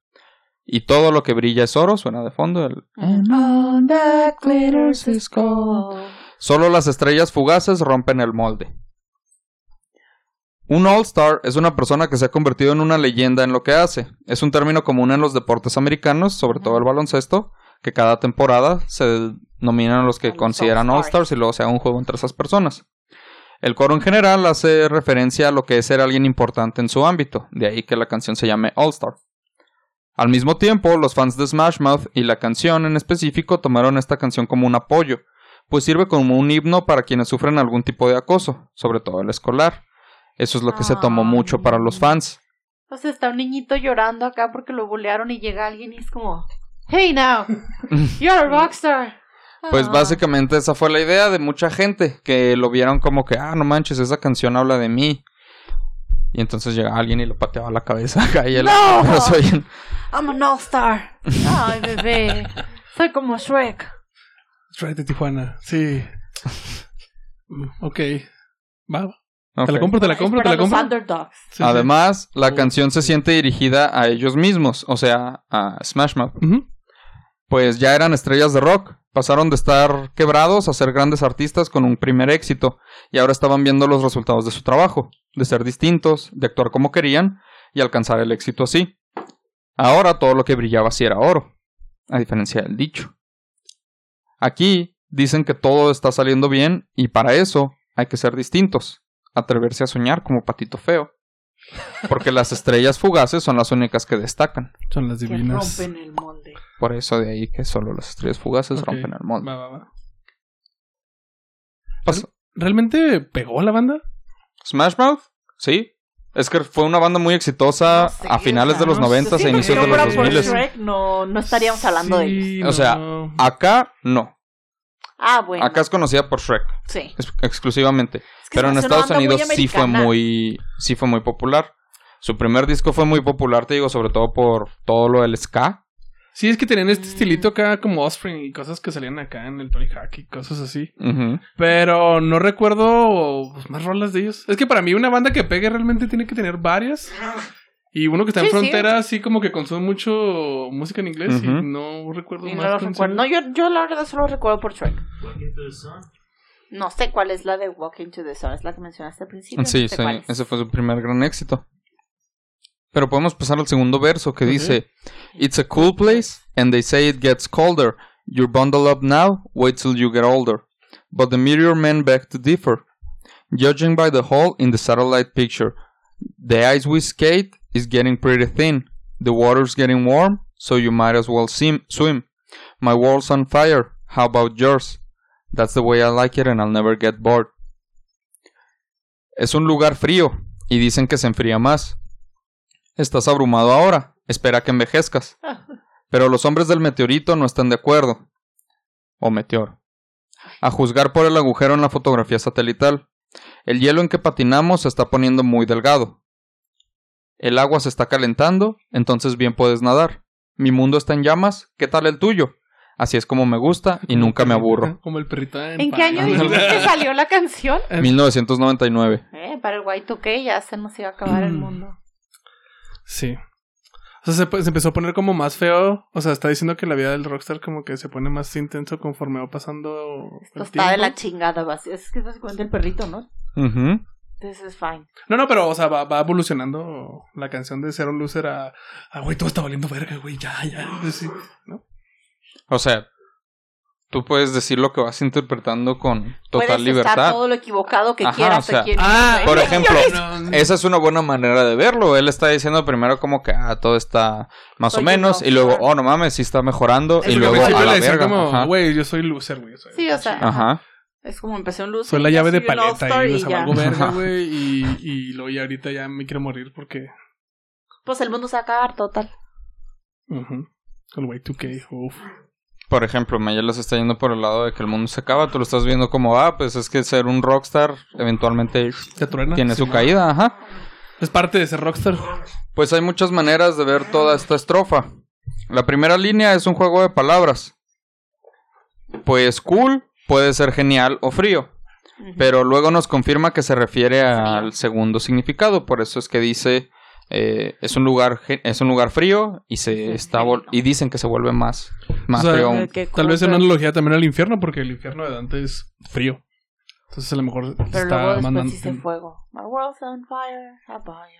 Speaker 1: Y todo lo que brilla es oro, suena de fondo el...
Speaker 2: And all that glitters is gold.
Speaker 1: Solo las estrellas fugaces rompen el molde. Un All-Star es una persona que se ha convertido en una leyenda en lo que hace. Es un término común en los deportes americanos, sobre todo el baloncesto, que cada temporada se nominan a los que
Speaker 2: A los
Speaker 1: consideran
Speaker 2: All-Stars.
Speaker 1: All-Stars y luego se haga un juego entre esas personas. El coro en general hace referencia a lo que es ser alguien importante en su ámbito, de ahí que la canción se llame All-Star. Al mismo tiempo, los fans de Smash Mouth y la canción en específico tomaron esta canción como un apoyo, pues sirve como un himno para quienes sufren algún tipo de acoso, sobre todo el escolar. Eso es lo que se tomó
Speaker 2: Ay.
Speaker 1: mucho para los fans.
Speaker 2: O sea, está un niñito llorando acá porque lo bulearon y llega alguien y es como, hey now, you're a rockstar.
Speaker 1: Pues
Speaker 2: Ah.
Speaker 1: básicamente esa fue la idea de mucha gente, que lo vieron como que, ah, no manches, esa canción habla de mí. Y entonces llegaba alguien y le pateaba la cabeza (laughs) acá y él,
Speaker 2: ¡No!
Speaker 1: "Pero (laughs) soy un-".
Speaker 2: I'm an all-star. Ay, bebé. Soy como Shrek.
Speaker 3: That's right, de Tijuana.
Speaker 1: (laughs)
Speaker 3: Sí. Mm, ok. Va. va. Te la
Speaker 1: Ok.
Speaker 3: compro, te la compro,
Speaker 2: Es
Speaker 3: te
Speaker 2: para
Speaker 3: la
Speaker 2: los
Speaker 3: compro.
Speaker 2: underdogs.
Speaker 3: Sí, sí.
Speaker 1: Además, la
Speaker 3: Oh.
Speaker 1: canción se siente dirigida a ellos mismos, o sea, a Smash Mouth.
Speaker 3: Ujú.
Speaker 1: pues ya eran estrellas de rock. Pasaron de estar quebrados a ser grandes artistas con un primer éxito, y ahora estaban viendo los resultados de su trabajo, de ser distintos, de actuar como querían y alcanzar el éxito así. Ahora todo lo que brillaba sí era oro, a diferencia del dicho. Aquí dicen que todo está saliendo bien y para eso hay que ser distintos, atreverse a soñar como patito feo, porque las estrellas fugaces son las únicas que destacan.
Speaker 3: Son las
Speaker 2: Que
Speaker 3: divinas.
Speaker 2: rompen el molde.
Speaker 1: Por eso de ahí que solo las estrellas fugaces
Speaker 3: Ok.
Speaker 1: rompen el molde.
Speaker 3: Va, va, va.
Speaker 1: Pas-
Speaker 3: ¿Realmente pegó la banda?
Speaker 1: Smash Mouth, sí. Es que fue una banda muy exitosa
Speaker 2: No sé,
Speaker 1: Ah, a finales
Speaker 2: o sea,
Speaker 1: de los
Speaker 2: no sé.
Speaker 1: 90
Speaker 2: Sí,
Speaker 1: e
Speaker 2: porque
Speaker 1: inicios
Speaker 2: si
Speaker 1: de
Speaker 2: no
Speaker 1: los
Speaker 2: fuera por
Speaker 1: 2000.
Speaker 2: Shrek, no, no estaríamos hablando de ellos.
Speaker 3: Sí,
Speaker 1: O sea,
Speaker 3: no.
Speaker 1: Acá no.
Speaker 2: Ah, bueno.
Speaker 1: Acá es conocida por Shrek
Speaker 2: sí.
Speaker 1: ex- exclusivamente.
Speaker 2: Es que
Speaker 1: Pero
Speaker 2: se
Speaker 1: en
Speaker 2: me hace una
Speaker 1: Estados
Speaker 2: banda muy
Speaker 1: Unidos sí fue
Speaker 2: americana.
Speaker 1: muy sí fue muy popular. Su primer disco fue muy popular, te digo, sobre todo por todo lo del ska.
Speaker 3: Sí, es que tenían este
Speaker 2: Mm.
Speaker 3: estilito acá como Offspring y cosas que salían acá en el Tony Hawk y cosas así.
Speaker 1: Ujú.
Speaker 3: Pero no recuerdo pues, más rolas de ellos. Es que para mí una banda que pegue realmente tiene que tener varias. Y uno que está en
Speaker 2: Sí, sí.
Speaker 3: frontera, así como que consume mucho música en inglés
Speaker 1: Ujú.
Speaker 3: y no recuerdo
Speaker 2: Y no
Speaker 3: más.
Speaker 2: lo
Speaker 3: canciones.
Speaker 2: recuerdo. No, yo, yo la verdad solo recuerdo por Shrek.
Speaker 4: Walking to the Sun.
Speaker 2: No sé cuál es la de Walking to the Sun, es la que mencionaste al principio.
Speaker 1: Sí,
Speaker 2: no sé
Speaker 1: sí,
Speaker 2: cuál es.
Speaker 1: ese fue su primer gran éxito. Pero podemos pasar al segundo verso que dice: It's a cool place, and they say it gets colder. You bundle up now, wait till you get older. But the meteor men beg to differ. Judging by the hole in the satellite picture, the ice we skate is getting pretty thin. The water's getting warm, so you might as well sim- swim. My world's on fire, how about yours? That's the way I like it, and I'll never get bored. Es un lugar frío y dicen que se enfría más. Estás abrumado ahora, espera que envejezcas.
Speaker 2: (laughs)
Speaker 1: Pero los hombres del meteorito no están de acuerdo. O meteoro. A juzgar por el agujero en la fotografía satelital, el hielo en que patinamos se está poniendo muy delgado. El agua se está calentando, entonces bien puedes nadar. Mi mundo está en llamas, ¿qué tal el tuyo? Así es como me gusta y nunca me aburro.
Speaker 3: (laughs) Como el perrito. En,
Speaker 2: ¿En qué año
Speaker 3: pan.
Speaker 2: dijiste
Speaker 1: (laughs)
Speaker 2: que salió la canción?
Speaker 1: 1999.
Speaker 2: Eh, para el Y2K ya se nos iba a acabar el mundo.
Speaker 3: Sí. O sea, se, se empezó a poner como más feo. O sea, está diciendo que la vida del rockstar como que se pone más intenso conforme va pasando
Speaker 2: Esto está
Speaker 3: el
Speaker 2: de
Speaker 3: tiempo.
Speaker 2: Pues, la chingada, vacío. Es que básicamente el perrito, ¿no?
Speaker 1: Ujú.
Speaker 2: This is fine.
Speaker 3: No, no, pero, o sea, va, va evolucionando la canción de Zero Loser a... Ah, güey, todo está valiendo verga, güey, ya, ya. Sí, ¿no?
Speaker 1: O sea, tú puedes decir lo que vas interpretando con total
Speaker 2: Puedes
Speaker 1: libertad.
Speaker 2: estar todo lo equivocado que
Speaker 1: Ajá, o
Speaker 2: quieras
Speaker 1: sea,
Speaker 2: aquí en
Speaker 3: ah,
Speaker 1: Por
Speaker 2: Monterrey.
Speaker 1: ejemplo,
Speaker 3: No, no.
Speaker 1: esa es una buena manera de verlo. Él está diciendo primero como que ah, todo está más o
Speaker 2: Soy
Speaker 1: menos
Speaker 2: un
Speaker 1: y luego,
Speaker 2: rockstar.
Speaker 1: oh, no mames, sí está mejorando
Speaker 3: Es
Speaker 1: y
Speaker 3: lo
Speaker 1: luego
Speaker 3: que al
Speaker 1: a
Speaker 3: principio
Speaker 1: la
Speaker 3: le decían
Speaker 1: verga.
Speaker 3: como,
Speaker 1: ajá.
Speaker 3: güey, yo soy loser, güey. o sea,
Speaker 2: Sí, o sea,
Speaker 1: Ajá.
Speaker 2: es como empecé un luz.
Speaker 3: Soy la llave de paleta y, o
Speaker 2: y
Speaker 3: sea,
Speaker 2: ya.
Speaker 3: valgo verga,
Speaker 1: Ajá.
Speaker 3: güey. Y, y luego ya ahorita ya me quiero morir porque...
Speaker 2: Pues el mundo se va a acabar total.
Speaker 3: ujú, El güey 2K, uf.
Speaker 1: Por ejemplo, Mayela se está yendo por el lado de que el mundo se acaba. Tú lo estás viendo como, ah, pues es que ser un rockstar eventualmente
Speaker 3: Te truena.
Speaker 1: tiene
Speaker 3: Sí,
Speaker 1: su
Speaker 3: ¿no?
Speaker 1: caída. Ajá.
Speaker 3: Es parte de ser rockstar.
Speaker 1: Pues hay muchas maneras de ver toda esta estrofa. La primera línea es un juego de palabras. Pues cool puede ser genial o frío,
Speaker 2: Ujú.
Speaker 1: pero luego nos confirma que se refiere al segundo significado, por eso es que dice eh, es un lugar ge- es un lugar frío y se está vol- y dicen que se vuelve más más
Speaker 3: O sea, eh,
Speaker 1: frío aún.
Speaker 2: Qué
Speaker 3: Tal vez es
Speaker 2: cosa.
Speaker 3: una analogía también al infierno porque el infierno de Dante es frío. Entonces a lo mejor
Speaker 2: Pero
Speaker 3: está
Speaker 2: luego después
Speaker 3: mandando...
Speaker 2: hice fuego. My world's on fire, a fire.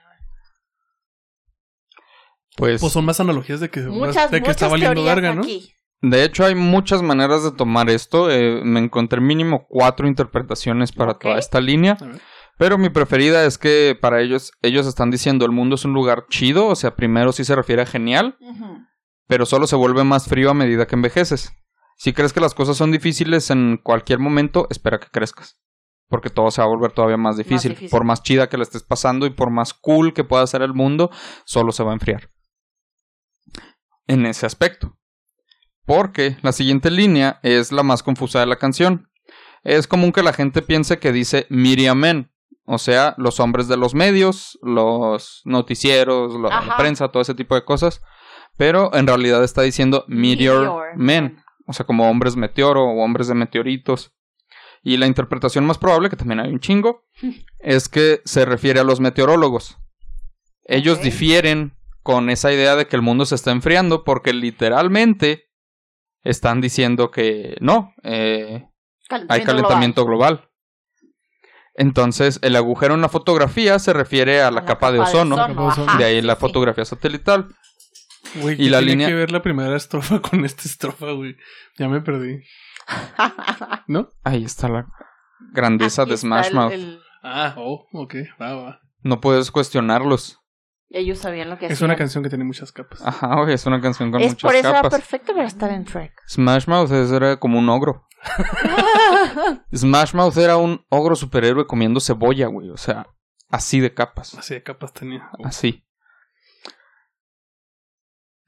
Speaker 1: Pues
Speaker 3: Pues son más analogías de que,
Speaker 2: Muchas,
Speaker 3: de que está
Speaker 2: muchas
Speaker 3: valiendo
Speaker 2: teorías
Speaker 3: verga, ¿no?
Speaker 2: aquí.
Speaker 1: de hecho hay muchas maneras de tomar esto. eh, me encontré mínimo cuatro interpretaciones para
Speaker 2: Ok.
Speaker 1: toda esta línea.
Speaker 3: A ver.
Speaker 1: Pero mi preferida es que para ellos, ellos están diciendo el mundo es un lugar chido, o sea, primero sí se refiere a genial,
Speaker 2: Ujú.
Speaker 1: pero solo se vuelve más frío a medida que envejeces. Si crees que las cosas son difíciles en cualquier momento, espera que crezcas. Porque todo se va a volver todavía más difícil.
Speaker 2: difícil.
Speaker 1: Por más chida que la estés pasando y por más cool que pueda ser el mundo, solo se va a enfriar. En ese aspecto. Porque la siguiente línea es la más confusa de la canción. Es común que la gente piense que dice Miriamen. O sea, los hombres de los medios, los noticieros, la- la
Speaker 2: Ajá.
Speaker 1: prensa, todo ese tipo de cosas. Pero en realidad está diciendo Meteor, Men. O sea, como hombres meteoro o hombres de meteoritos. Y la interpretación más probable, que también hay un (laughs) chingo, es que se refiere a los meteorólogos. Ellos
Speaker 2: Ok.
Speaker 1: difieren con esa idea de que el mundo se está enfriando porque literalmente están diciendo que no, eh, hay calentamiento global. Entonces, el agujero en la fotografía se refiere a la, capa, de ozono,
Speaker 2: ajá,
Speaker 1: de ahí la
Speaker 2: sí, sí.
Speaker 1: fotografía satelital.
Speaker 3: Güey,
Speaker 1: Y
Speaker 3: ¿qué
Speaker 1: la
Speaker 3: tiene
Speaker 1: línea-
Speaker 3: que ver la primera estrofa (laughs) con esta estrofa, güey? Ya me perdí. ¿No?
Speaker 1: Ahí está la grandeza
Speaker 2: Aquí
Speaker 1: de
Speaker 2: está
Speaker 1: Smash
Speaker 2: el-
Speaker 1: Mouth.
Speaker 2: el-
Speaker 3: Ah, oh, ok, va, va.
Speaker 1: No puedes cuestionarlos.
Speaker 2: ellos sabían lo que
Speaker 3: Es
Speaker 2: hacían.
Speaker 3: una canción que tiene muchas capas.
Speaker 1: Ajá, güey, es una canción con
Speaker 2: Es
Speaker 1: muchas
Speaker 2: por eso era
Speaker 1: capas.
Speaker 2: perfecto para estar en Trek.
Speaker 1: Smash Mouth es- era como un
Speaker 2: (laughs)
Speaker 1: ogro. Smash Mouth era un ogro superhéroe comiendo cebolla, güey. O sea, así de capas.
Speaker 3: Así de capas tenía. Oh.
Speaker 1: Así.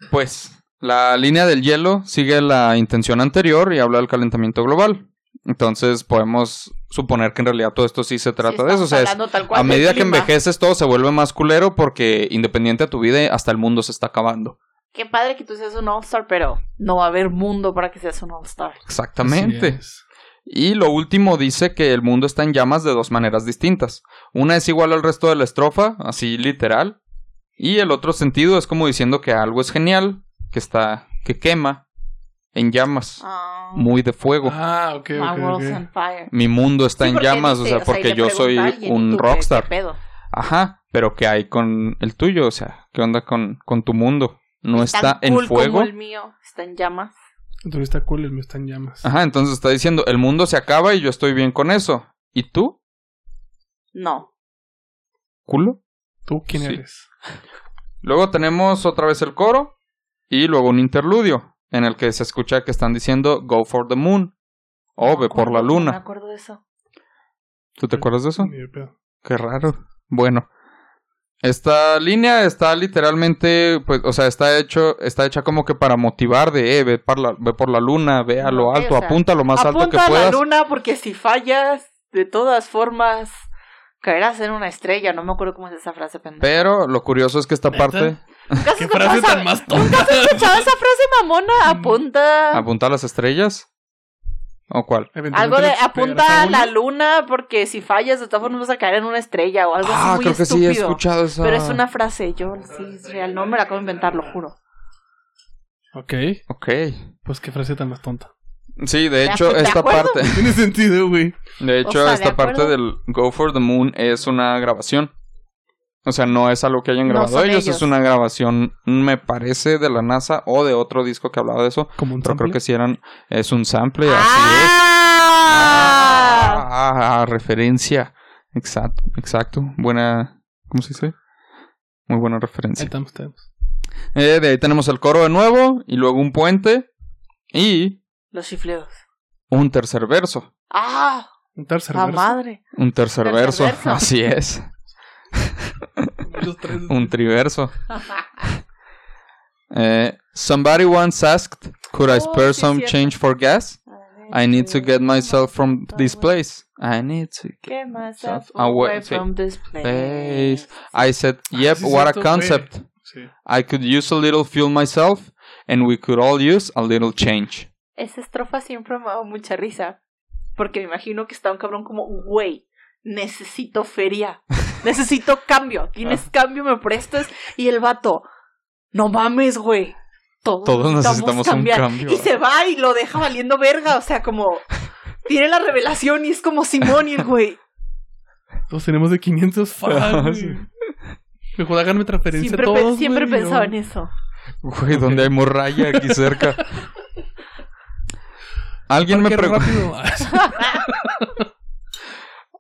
Speaker 1: Pues, la línea del hielo sigue la intención anterior y habla del calentamiento global. Entonces, podemos suponer que en realidad todo esto sí se trata de eso. O sea, es- a medida que envejeces todo se vuelve más culero porque independiente a tu vida, hasta el mundo se está acabando.
Speaker 2: Qué padre que tú seas un All-Star, pero no va a haber mundo para que seas un All-Star.
Speaker 1: Exactamente.
Speaker 3: Así es.
Speaker 1: Y lo último dice que el mundo está en llamas de dos maneras distintas. Una es igual al resto de la estrofa, así literal, Y el otro sentido es como diciendo que algo es genial, que está, que quema en llamas,
Speaker 2: Ah,
Speaker 1: muy de fuego.
Speaker 3: Ah, ok,
Speaker 2: My
Speaker 3: ok.
Speaker 2: World's
Speaker 3: ok.
Speaker 2: on Fire.
Speaker 1: Mi mundo está
Speaker 2: Sí,
Speaker 1: en
Speaker 2: porque
Speaker 1: llamas,
Speaker 2: dice,
Speaker 1: o sea, porque
Speaker 2: y le
Speaker 1: yo
Speaker 2: pregunta
Speaker 1: soy
Speaker 2: a alguien,
Speaker 1: un
Speaker 2: ¿tú qué-
Speaker 1: rockstar.
Speaker 2: qué pedo?
Speaker 1: Ajá, pero ¿qué hay con el tuyo? O sea, ¿qué onda con, con tu mundo? ¿No
Speaker 2: Es tan
Speaker 1: está en
Speaker 2: cool como
Speaker 1: fuego?
Speaker 2: el mío, está en llamas.
Speaker 3: Entonces está cool, el me está en llamas.
Speaker 1: Ajá, entonces está diciendo, el mundo se acaba y yo estoy bien con eso. ¿Y tú?
Speaker 2: No.
Speaker 1: ¿Culo?
Speaker 3: ¿Tú quién
Speaker 1: Sí.
Speaker 3: eres?
Speaker 1: Luego tenemos otra vez el coro y luego un interludio en el que se escucha que están diciendo Go for the moon o Oh, ve por la
Speaker 2: No me
Speaker 1: luna.
Speaker 2: acuerdo de eso.
Speaker 1: ¿Tú te acuerdas de eso?
Speaker 3: Ni de pedo.
Speaker 1: Qué raro. Bueno, esta línea está literalmente, pues, o sea, está hecho, está hecha como que para motivar de, eh, ve por la, ve por la luna, ve a lo
Speaker 2: Ok, o
Speaker 1: alto,
Speaker 2: sea,
Speaker 1: apunta lo más alto que
Speaker 2: Apunta a la
Speaker 1: puedas.
Speaker 2: luna porque si fallas, de todas formas, caerás en una estrella. No me acuerdo cómo es esa frase, pendeja.
Speaker 1: Pero lo curioso es que esta
Speaker 3: ¿Neta?
Speaker 1: parte
Speaker 2: ¿Nunca has
Speaker 3: ¿Qué
Speaker 2: escuchado
Speaker 3: frase
Speaker 2: esa-
Speaker 3: tan más tonta? Mm.
Speaker 2: escuchado esa frase mamona? Apunta.
Speaker 1: apunta a las estrellas. ¿O cuál?
Speaker 3: Eventualmente
Speaker 2: Algo de
Speaker 3: le
Speaker 2: apunta
Speaker 3: pegarás
Speaker 2: a la
Speaker 3: uno.
Speaker 2: luna porque si fallas de todas formas vas a caer en una estrella o algo
Speaker 1: Ah,
Speaker 2: así muy
Speaker 1: creo que sí he
Speaker 2: estúpido.
Speaker 1: escuchado esa.
Speaker 2: Pero es una frase, yo sí es real, no me la acabo de inventar, lo juro.
Speaker 3: Ok,
Speaker 1: Ok.
Speaker 3: pues qué frase tan más tonta. (laughs)
Speaker 1: Sí, de
Speaker 2: ¿Te
Speaker 1: hecho,
Speaker 2: acu- te
Speaker 1: esta
Speaker 2: acuerdas?
Speaker 1: parte.
Speaker 3: Tiene sentido, güey.
Speaker 1: De hecho,
Speaker 2: sea, ¿de
Speaker 1: esta parte del Go for the Moon es una grabación. O sea, no es algo que hayan
Speaker 2: No
Speaker 1: grabado
Speaker 2: son
Speaker 1: ellos, es
Speaker 2: ellos.
Speaker 1: una grabación, me parece, de la NASA o de otro disco que hablaba de eso.
Speaker 3: Como un
Speaker 1: Pero creo que sí eran. Es un sample, así es.
Speaker 2: ¡Ah!
Speaker 1: Ah, referencia. Exacto, exacto. Buena. ¿Cómo se dice? Muy buena referencia.
Speaker 3: Estamos, estamos.
Speaker 1: Eh, de ahí tenemos el coro de nuevo, y luego un puente, y
Speaker 2: Los chifleos.
Speaker 1: un tercer verso.
Speaker 2: ¡Ah!
Speaker 3: Un tercer
Speaker 2: ¡La
Speaker 3: verso.
Speaker 2: madre!
Speaker 1: Un tercer,
Speaker 2: Tercer
Speaker 1: verso. (laughs)
Speaker 2: verso.
Speaker 1: así es.
Speaker 3: Los tres.
Speaker 1: Un triverso.
Speaker 2: (laughs)
Speaker 1: Eh, somebody once asked, could I
Speaker 2: Oh,
Speaker 1: spare
Speaker 2: sí,
Speaker 1: some
Speaker 2: cierto.
Speaker 1: change for gas? I need to get myself from this place. I need to get...
Speaker 2: Get myself
Speaker 1: Ah,
Speaker 2: away
Speaker 1: güey, sí. Ah.
Speaker 2: from this place.
Speaker 1: Place. I said, yep,
Speaker 3: Ah, sí,
Speaker 1: what a
Speaker 3: cierto,
Speaker 1: concept.
Speaker 3: Sí.
Speaker 1: I could use a little fuel myself, and we could all use a little change.
Speaker 2: Esa estrofa siempre me ha dado mucha risa. Porque me imagino que está un cabrón como, güey,
Speaker 1: (laughs)
Speaker 2: necesito feria. Necesito cambio. Tienes
Speaker 1: Ah.
Speaker 2: cambio, me prestas. Y el vato, no mames, güey. Todos,
Speaker 1: Todos necesitamos
Speaker 2: necesitamos
Speaker 1: un
Speaker 2: cambiar.
Speaker 1: cambio.
Speaker 2: Y se va y lo deja valiendo verga. O
Speaker 1: (laughs)
Speaker 2: sea, como, tiene la revelación y es como Simón y el güey.
Speaker 3: Todos tenemos
Speaker 1: (laughs)
Speaker 3: de 500
Speaker 1: Ah,
Speaker 3: fans.
Speaker 1: sí.
Speaker 3: Mejor háganme transferencia
Speaker 2: Siempre,
Speaker 3: todos.
Speaker 2: pe-
Speaker 3: güey,
Speaker 2: siempre
Speaker 3: yo-
Speaker 2: pensaba en eso.
Speaker 1: Güey, donde hay morralla aquí
Speaker 2: (laughs)
Speaker 1: cerca. Alguien me,
Speaker 3: Parque
Speaker 1: pregun- (laughs)
Speaker 3: rápido. Ah, sí.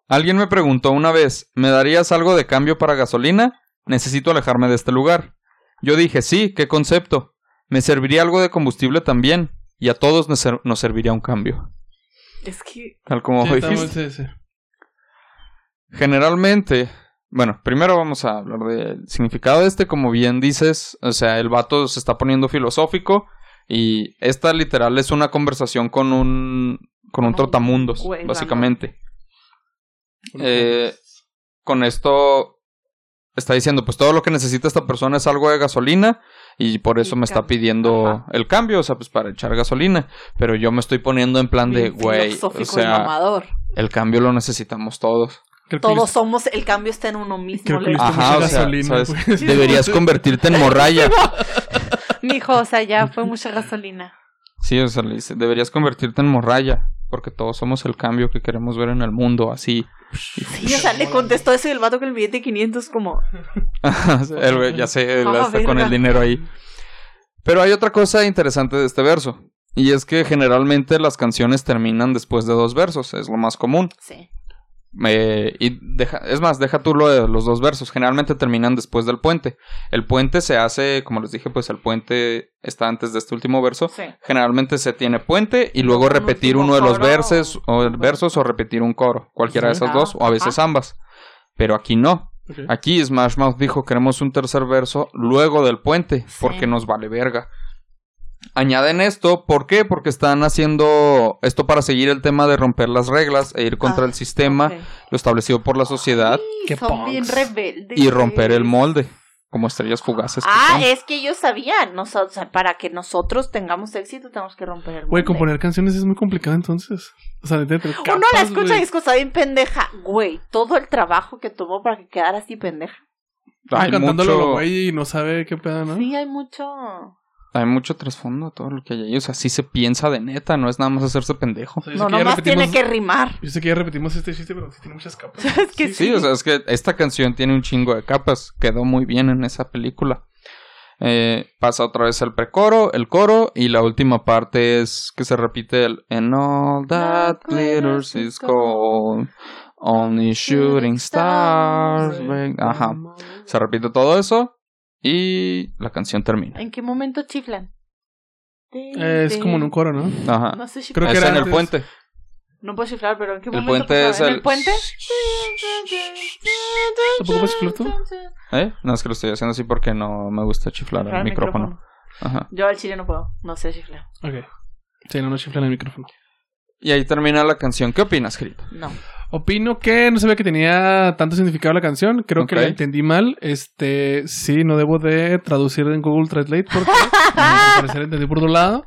Speaker 1: Alguien me preguntó una vez, ¿me darías algo de cambio para gasolina? Necesito alejarme de este lugar. Yo dije, sí, qué concepto. Me serviría algo de combustible también, y a todos nos, ser- nos serviría un cambio.
Speaker 2: Es que
Speaker 1: Tal como
Speaker 3: Sí, estamos,
Speaker 1: dijiste.
Speaker 3: sí, sí.
Speaker 1: Generalmente, bueno, primero vamos a hablar del significado de este, como bien dices, o sea, el vato se está poniendo filosófico y esta literal es una conversación con un con un
Speaker 2: Con un
Speaker 1: trotamundos,
Speaker 2: güey,
Speaker 1: básicamente. Eh, con esto está diciendo, pues todo lo que necesita esta persona es algo de gasolina y por eso
Speaker 2: Y
Speaker 1: me está
Speaker 2: cambio.
Speaker 1: pidiendo
Speaker 2: Ajá.
Speaker 1: el cambio, o sea, pues para echar gasolina, pero yo me estoy poniendo en plan de,
Speaker 2: bien
Speaker 1: güey,
Speaker 2: filosófico
Speaker 1: o
Speaker 2: y
Speaker 1: sea,
Speaker 2: mamador.
Speaker 1: el cambio lo necesitamos todos.
Speaker 3: Creo que
Speaker 2: Todos
Speaker 3: listo-
Speaker 2: somos, el cambio está en uno mismo.
Speaker 3: Creo que
Speaker 2: le-
Speaker 3: listo
Speaker 1: Ajá,
Speaker 3: mucha
Speaker 1: o sea,
Speaker 3: gasolina,
Speaker 1: ¿sabes?
Speaker 3: güey.
Speaker 1: Deberías convertirte en morralla.
Speaker 2: Mijo, o sea, ya fue mucha gasolina.
Speaker 1: Sí, o sea, le dice, deberías convertirte en morralla. Porque todos somos el cambio que queremos ver en el mundo, así.
Speaker 2: Sí, o sea, le contestó eso y el vato con el billete de 500 como...
Speaker 1: (laughs) El güey, ya
Speaker 2: (laughs)
Speaker 1: sé, él
Speaker 2: Ah,
Speaker 1: está con
Speaker 2: verga.
Speaker 1: el dinero ahí. Pero hay otra cosa interesante de este verso. Y es que generalmente las canciones terminan después de dos versos, es lo más común.
Speaker 2: Sí.
Speaker 1: Eh, y deja- es más, deja tú lo de los dos versos. Generalmente terminan después del puente. El puente se hace, como les dije, pues el puente está antes de este último verso.
Speaker 2: Sí.
Speaker 1: Generalmente se tiene puente y luego
Speaker 2: Un
Speaker 1: repetir
Speaker 2: último
Speaker 1: uno de los
Speaker 2: coro.
Speaker 1: versos o, versos o repetir un coro, cualquiera de
Speaker 3: Sí.
Speaker 1: esas dos o a veces ambas. Pero aquí no.
Speaker 3: Ok.
Speaker 1: Aquí Smash Mouth dijo queremos un tercer verso luego del puente
Speaker 2: Sí.
Speaker 1: porque nos vale verga. Añaden esto, ¿por qué? Porque están haciendo esto para seguir el tema de romper las reglas e ir contra
Speaker 2: Ah,
Speaker 1: el sistema,
Speaker 2: ok.
Speaker 1: lo establecido por la sociedad
Speaker 3: Qué
Speaker 2: son
Speaker 3: punks.
Speaker 2: bien rebeldes.
Speaker 1: y romper el molde como estrellas fugaces. que
Speaker 2: Ah,
Speaker 1: son.
Speaker 2: es que ellos sabían. Noso- o sea, para que nosotros tengamos éxito tenemos que romper el molde.
Speaker 3: Güey, componer canciones es muy complicado entonces. O sea, neta, tres
Speaker 2: Uno la
Speaker 3: capas,
Speaker 2: escucha
Speaker 3: güey.
Speaker 2: y es cosa bien pendeja. Güey, todo el trabajo que tomó para que quedara así pendeja.
Speaker 3: Está
Speaker 1: Hay
Speaker 3: cantándolo
Speaker 1: mucho-
Speaker 3: lo güey y no sabe qué pedo, ¿no?
Speaker 2: Sí, hay mucho.
Speaker 1: Hay mucho trasfondo a todo lo que hay ahí. O sea, sí se piensa de neta, no es nada más hacerse pendejo.
Speaker 3: O sea, yo sé
Speaker 2: No,
Speaker 3: que ya
Speaker 2: nomás tiene
Speaker 3: repetimos-
Speaker 2: que rimar. (laughs)
Speaker 3: Yo sé que ya repetimos este chiste, pero sí tiene muchas capas.
Speaker 2: Es que
Speaker 1: Sí, o sea, es que esta canción tiene un chingo de capas. Quedó muy bien en esa película. Eh, pasa otra vez el precoro, el coro, y la última parte es que se repite el And all that glitters is gold, only shooting stars. bring-" Ajá. Se repite todo eso y la canción termina.
Speaker 2: ¿En qué momento chiflan?
Speaker 3: Eh, es como en un coro, ¿no?
Speaker 1: Ajá.
Speaker 2: No sé si
Speaker 3: Creo que
Speaker 1: Es
Speaker 3: era
Speaker 1: en el
Speaker 3: antes.
Speaker 1: puente.
Speaker 2: No puedo chiflar, pero ¿en qué
Speaker 1: El
Speaker 2: momento?
Speaker 1: puente
Speaker 2: pasaba?
Speaker 1: es
Speaker 2: ¿En
Speaker 1: el.
Speaker 2: el puente?
Speaker 3: ¿Tampoco puedes chiflar tú?
Speaker 1: ¿Eh? No, es que lo estoy haciendo así porque no me gusta chiflar
Speaker 2: Para
Speaker 1: el
Speaker 2: el
Speaker 1: micrófono. Ajá.
Speaker 2: Yo al chile no puedo. No sé chiflar.
Speaker 3: Ok. Sí, no, no chiflan el micrófono.
Speaker 1: Y ahí termina la canción. ¿Qué opinas, Grito?
Speaker 2: No.
Speaker 3: Opino que no sabía que tenía tanto significado la canción. Creo que
Speaker 1: Ok.
Speaker 3: la entendí mal. Este, sí, no debo de traducir en Google Translate
Speaker 2: (laughs)
Speaker 3: porque al parecer entendí por otro lado.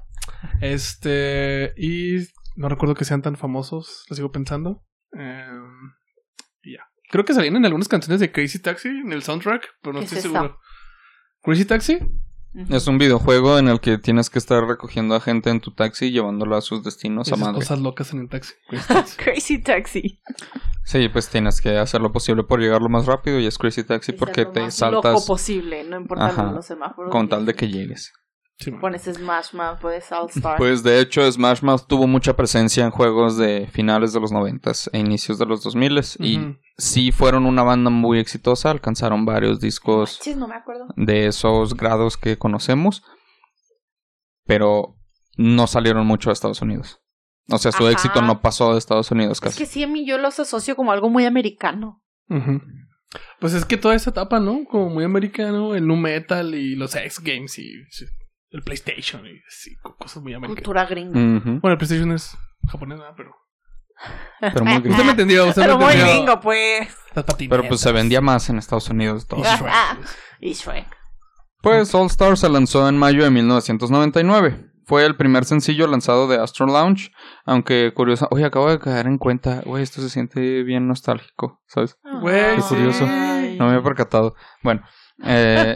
Speaker 3: Este, y no recuerdo que sean tan famosos. Lo sigo pensando. Em, y ya. Creo que salían en algunas canciones de Crazy Taxi en el soundtrack, pero no
Speaker 2: ¿Qué
Speaker 3: estoy
Speaker 2: es eso?
Speaker 3: seguro. ¿Crazy Taxi?
Speaker 2: Ujú.
Speaker 1: Es un videojuego en el que tienes que estar recogiendo a gente en tu taxi y llevándola a sus destinos a
Speaker 3: Esas
Speaker 1: madre.
Speaker 3: cosas locas en el taxi. Crazy
Speaker 2: (laughs)
Speaker 3: Taxi.
Speaker 2: Crazy Taxi.
Speaker 1: Sí, pues tienes que hacer lo posible por llegar lo más rápido y es Crazy Taxi
Speaker 2: Y ser
Speaker 1: porque
Speaker 2: lo
Speaker 1: te
Speaker 2: más loco
Speaker 1: saltas
Speaker 2: posible, no importa
Speaker 1: Ajá.
Speaker 2: los semáforos.
Speaker 1: con
Speaker 2: ni-
Speaker 1: tal de que llegues.
Speaker 3: Sí, man.
Speaker 2: Pones Smash Mouth, puedes All Star.
Speaker 1: Pues de hecho Smash Mouth tuvo mucha presencia en juegos de finales de los 90 e inicios de los 2000 y
Speaker 3: Ujú.
Speaker 1: sí fueron una banda muy exitosa, alcanzaron varios discos
Speaker 2: Chis, no me acuerdo.
Speaker 1: de esos grados que conocemos, pero no salieron mucho de Estados Unidos. O sea, su
Speaker 2: Ajá.
Speaker 1: éxito no pasó de Estados Unidos
Speaker 2: Es
Speaker 1: casi.
Speaker 2: que sí, a mí yo los asocio como algo muy americano.
Speaker 3: Ujú. Pues es que toda esa etapa, ¿no? Como muy americano, el nu metal y los X Games y sí, el PlayStation y sí, co- cosas muy americanas.
Speaker 2: Cultura gringa. (laughs)
Speaker 1: Ujú,
Speaker 3: Bueno, el PlayStation es japonés, ¿verdad? pero
Speaker 1: Pero muy gringo.
Speaker 3: usted me entendió, usted
Speaker 2: Pero
Speaker 3: me
Speaker 2: muy
Speaker 3: entendió.
Speaker 2: gringo, pues.
Speaker 3: Las patinetas.
Speaker 1: Pero pues se vendía más en Estados Unidos
Speaker 2: (laughs)
Speaker 1: todo.
Speaker 3: Y Shrek.
Speaker 2: Y Shrek.
Speaker 1: Pues All Star se lanzó en mayo de 1999. Fue el primer sencillo lanzado de Astro Lounge, aunque curiosa, oye, acabo de caer en cuenta, güey, esto se siente bien nostálgico, ¿sabes?
Speaker 3: Güey,
Speaker 1: Qué curioso.
Speaker 2: Ay.
Speaker 1: No me había percatado. Bueno,
Speaker 2: (laughs)
Speaker 1: eh,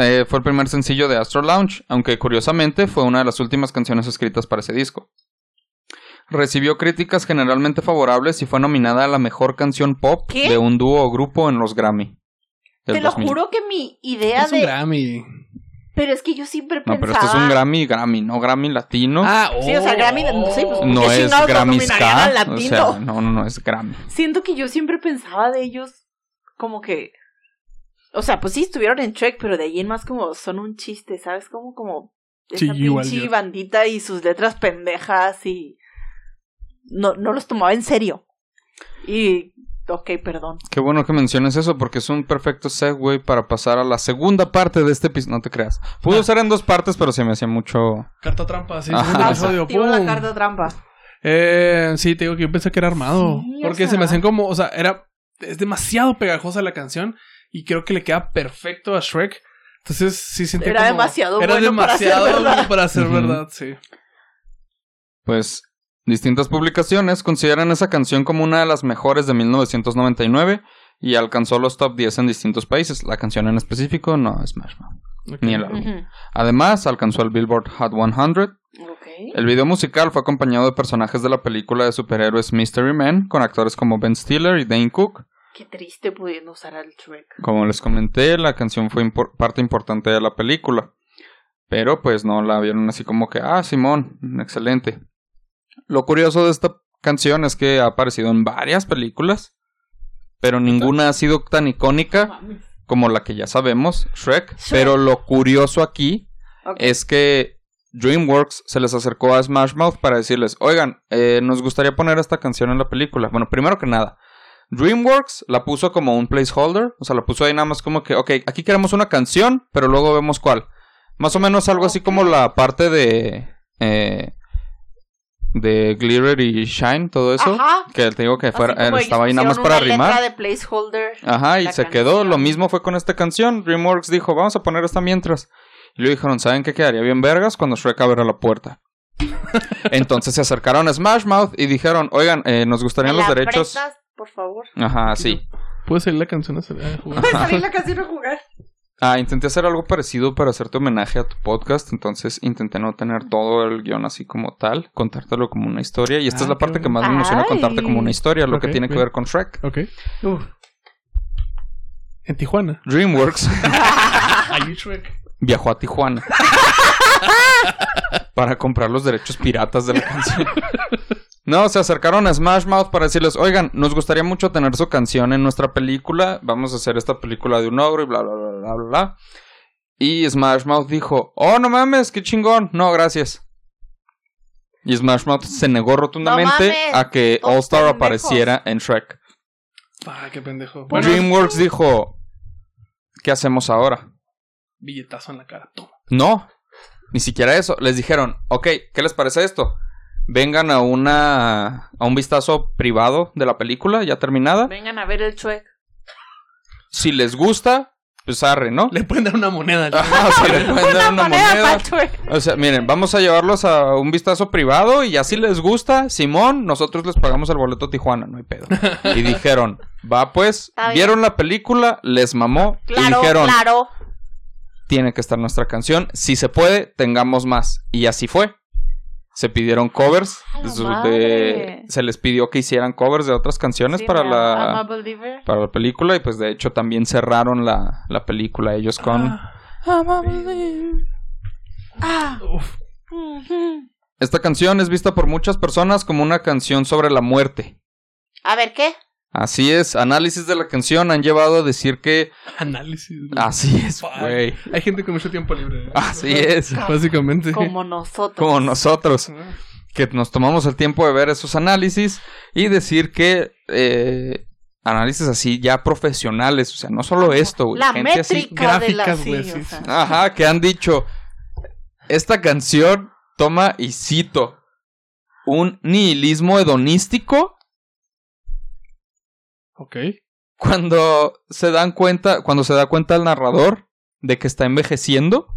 Speaker 1: eh, fue el primer sencillo de Astro Lounge, aunque curiosamente fue una de las últimas canciones escritas para ese disco. Recibió críticas generalmente favorables y fue nominada a la mejor canción pop
Speaker 2: ¿Qué?
Speaker 1: de un dúo o grupo en los Grammy. del
Speaker 2: Te lo
Speaker 1: 2000.
Speaker 2: juro que mi idea
Speaker 3: Es un
Speaker 2: de.
Speaker 3: Grammy.
Speaker 2: Pero es que yo siempre
Speaker 1: No,
Speaker 2: pensaba.
Speaker 1: pero este es un Grammy, Grammy, no Grammy latino.
Speaker 3: Ah, oh.
Speaker 2: Sí, o sea, Grammy- sí, pues,
Speaker 1: no
Speaker 2: ¿Qué
Speaker 1: es
Speaker 2: chingados lo
Speaker 1: Grammy
Speaker 2: nominarían
Speaker 1: Ska.
Speaker 2: al
Speaker 1: O
Speaker 2: latino?
Speaker 1: sea, no, no, no es Grammy.
Speaker 2: Siento que yo siempre pensaba de ellos como que. O sea, pues sí estuvieron en Trek, pero de ahí en más como son un chiste, ¿sabes? Como, como
Speaker 3: Sí,
Speaker 2: esa
Speaker 3: igual
Speaker 2: pinche
Speaker 3: yo.
Speaker 2: bandita y sus letras pendejas y. No, no los tomaba en serio. Y. Ok, perdón.
Speaker 1: Qué bueno que menciones eso porque es un perfecto segue para pasar a la segunda parte de este episodio. No te creas. Pudo ser en dos partes, pero se me hacía mucho.
Speaker 3: Carta trampa, sí,
Speaker 1: Ajá.
Speaker 3: segundo episodio,
Speaker 2: Activo la
Speaker 3: pum.
Speaker 2: carta trampa.
Speaker 3: Eh, sí, te digo que yo pensé que era armado.
Speaker 2: Sí, o
Speaker 3: porque se
Speaker 2: sea.
Speaker 3: me hacían como, o sea, era. Es demasiado pegajosa la canción y creo que le queda perfecto a Shrek. Entonces sí sentía
Speaker 2: Era
Speaker 3: como-
Speaker 2: demasiado
Speaker 3: era
Speaker 2: bueno para ser
Speaker 3: demasiado
Speaker 2: verdad.
Speaker 3: bueno para ser
Speaker 1: Ujú.
Speaker 3: verdad, sí.
Speaker 1: Pues distintas publicaciones consideran esa canción como una de las mejores de 1999 y alcanzó los top 10 en distintos países. La canción en específico no es Smash Mouth.
Speaker 3: Ok.
Speaker 1: Ni el álbum. Además, alcanzó el Billboard Hot 100
Speaker 2: Ujú. Ok.
Speaker 1: El video musical fue acompañado de personajes de la película de superhéroes Mystery Man, con actores como Ben Stiller y Dane Cook.
Speaker 2: Qué triste pudiendo usar al Trek.
Speaker 1: Como les comenté, la canción fue impor- parte importante de la película. Pero pues no la vieron así como que, ah, Simón, excelente. Lo curioso de esta canción es que ha aparecido en varias películas, pero ninguna ha sido tan icónica
Speaker 2: Mames.
Speaker 1: como la que ya sabemos, Shrek.
Speaker 2: Shrek.
Speaker 1: Pero lo curioso aquí
Speaker 2: Ok.
Speaker 1: es que DreamWorks se les acercó a Smash Mouth para decirles, oigan, eh, nos gustaría poner esta canción en la película. Bueno, primero que nada, DreamWorks la puso como un placeholder, o sea, la puso ahí nada más como que, ok, aquí queremos una canción, pero luego vemos cuál. Más o menos algo así como la parte de... eh, de Glitter y Shine, todo eso.
Speaker 2: Ajá.
Speaker 1: Que te digo que
Speaker 2: Así
Speaker 1: fuera, eh,
Speaker 2: como ellos
Speaker 1: estaba ahí nada más
Speaker 2: pusieron
Speaker 1: para
Speaker 2: una letra
Speaker 1: rimar.
Speaker 2: de placeholder.
Speaker 1: Ajá, y
Speaker 2: la
Speaker 1: se quedó.
Speaker 2: canción.
Speaker 1: Lo mismo fue con esta canción. DreamWorks dijo, vamos a poner esta mientras. Y le dijeron, ¿saben qué quedaría bien vergas cuando Shrek abra la puerta? Entonces se acercaron a Smash Mouth y dijeron, oigan, eh, nos gustarían
Speaker 2: ¿Me
Speaker 1: los
Speaker 2: la
Speaker 1: derechos.
Speaker 2: prestas, por favor.
Speaker 1: Ajá, sí.
Speaker 3: Puede salir la canción a salir a jugar.
Speaker 1: (laughs)
Speaker 2: Puedes salir la canción a jugar.
Speaker 1: Ah, intenté hacer algo parecido para hacerte homenaje a tu podcast, entonces intenté no tener todo el guión así como tal, contártelo como una historia, y esta
Speaker 3: Ah,
Speaker 1: es la
Speaker 3: qué
Speaker 1: parte que
Speaker 3: bueno.
Speaker 1: más me emociona contarte
Speaker 2: Ay.
Speaker 1: como una historia, lo
Speaker 3: Ok,
Speaker 1: que tiene que
Speaker 3: bien.
Speaker 1: ver con Shrek.
Speaker 3: (laughs) Ok. En Tijuana.
Speaker 1: DreamWorks
Speaker 3: Hay Shrek.
Speaker 1: viajó a Tijuana para comprar los derechos piratas de la canción. No, se acercaron a Smash Mouth para decirles, oigan, nos gustaría mucho tener su canción en nuestra película, vamos a hacer esta película de un ogro y bla, bla, bla, bla, bla, bla. Y Smash Mouth dijo, oh, no mames, qué chingón, no, gracias. Y Smash Mouth se negó rotundamente
Speaker 2: mames,
Speaker 1: a que
Speaker 2: todos
Speaker 1: All Star
Speaker 2: pendejos.
Speaker 1: apareciera en Shrek.
Speaker 3: Ah, qué pendejo.
Speaker 2: Bueno,
Speaker 1: DreamWorks dijo, ¿qué hacemos ahora?
Speaker 3: billetazo en la cara. Toma.
Speaker 1: No, ni siquiera eso. Les dijeron, ok, ¿qué les parece esto? Vengan a una a un vistazo privado de la película ya terminada.
Speaker 2: Vengan a ver el chuec.
Speaker 1: Si les gusta, pues arre, ¿no?
Speaker 3: Le pueden dar una moneda. al-
Speaker 1: Ajá, (laughs) o sea, le (laughs) pueden dar una moneda.
Speaker 2: pa'l chuec.
Speaker 1: O sea, miren, vamos a llevarlos a un vistazo privado y así les gusta, Simón, nosotros les pagamos el boleto a Tijuana, no hay (laughs) pedo. Y dijeron, va pues,
Speaker 2: Está bien.
Speaker 1: vieron la película, les mamó y
Speaker 2: Claro,
Speaker 1: dijeron,
Speaker 2: claro.
Speaker 1: tiene que estar nuestra canción. Si se puede, tengamos más. Y así fue. Se pidieron covers.
Speaker 2: ¡A la
Speaker 1: su-
Speaker 2: madre!
Speaker 1: de- se les pidió que hicieran covers de otras canciones
Speaker 2: Sí,
Speaker 1: para,
Speaker 2: me- I'm a
Speaker 1: la,
Speaker 2: believer.
Speaker 1: para la película. Y pues de hecho también cerraron la, la película ellos con...
Speaker 3: Ah,
Speaker 2: I'm a believer. Ah.
Speaker 3: uf.
Speaker 2: ujú.
Speaker 1: Esta canción es vista por muchas personas como una canción sobre la muerte.
Speaker 2: A ver, ¿qué?
Speaker 1: Así es, análisis de la canción han llevado a decir que...
Speaker 3: Análisis. güey.
Speaker 1: Así es,
Speaker 3: Fuck.
Speaker 1: güey.
Speaker 3: Hay gente con mucho tiempo libre. ¿eh?
Speaker 1: Así es.
Speaker 3: Básicamente.
Speaker 2: Como nosotros.
Speaker 1: Como nosotros.
Speaker 3: Ah,
Speaker 1: que nos tomamos el tiempo de ver esos análisis y decir que eh, análisis así ya profesionales, o sea, no solo esto, güey,
Speaker 2: La
Speaker 1: gente así-
Speaker 2: métrica de la
Speaker 3: gráficas,
Speaker 2: sí,
Speaker 3: güey,
Speaker 2: o
Speaker 3: sí,
Speaker 2: sea.
Speaker 1: Ajá, que han dicho, esta canción toma y cito un nihilismo hedonístico
Speaker 3: Ok.
Speaker 1: cuando se dan cuenta, cuando se da cuenta el narrador de que está envejeciendo,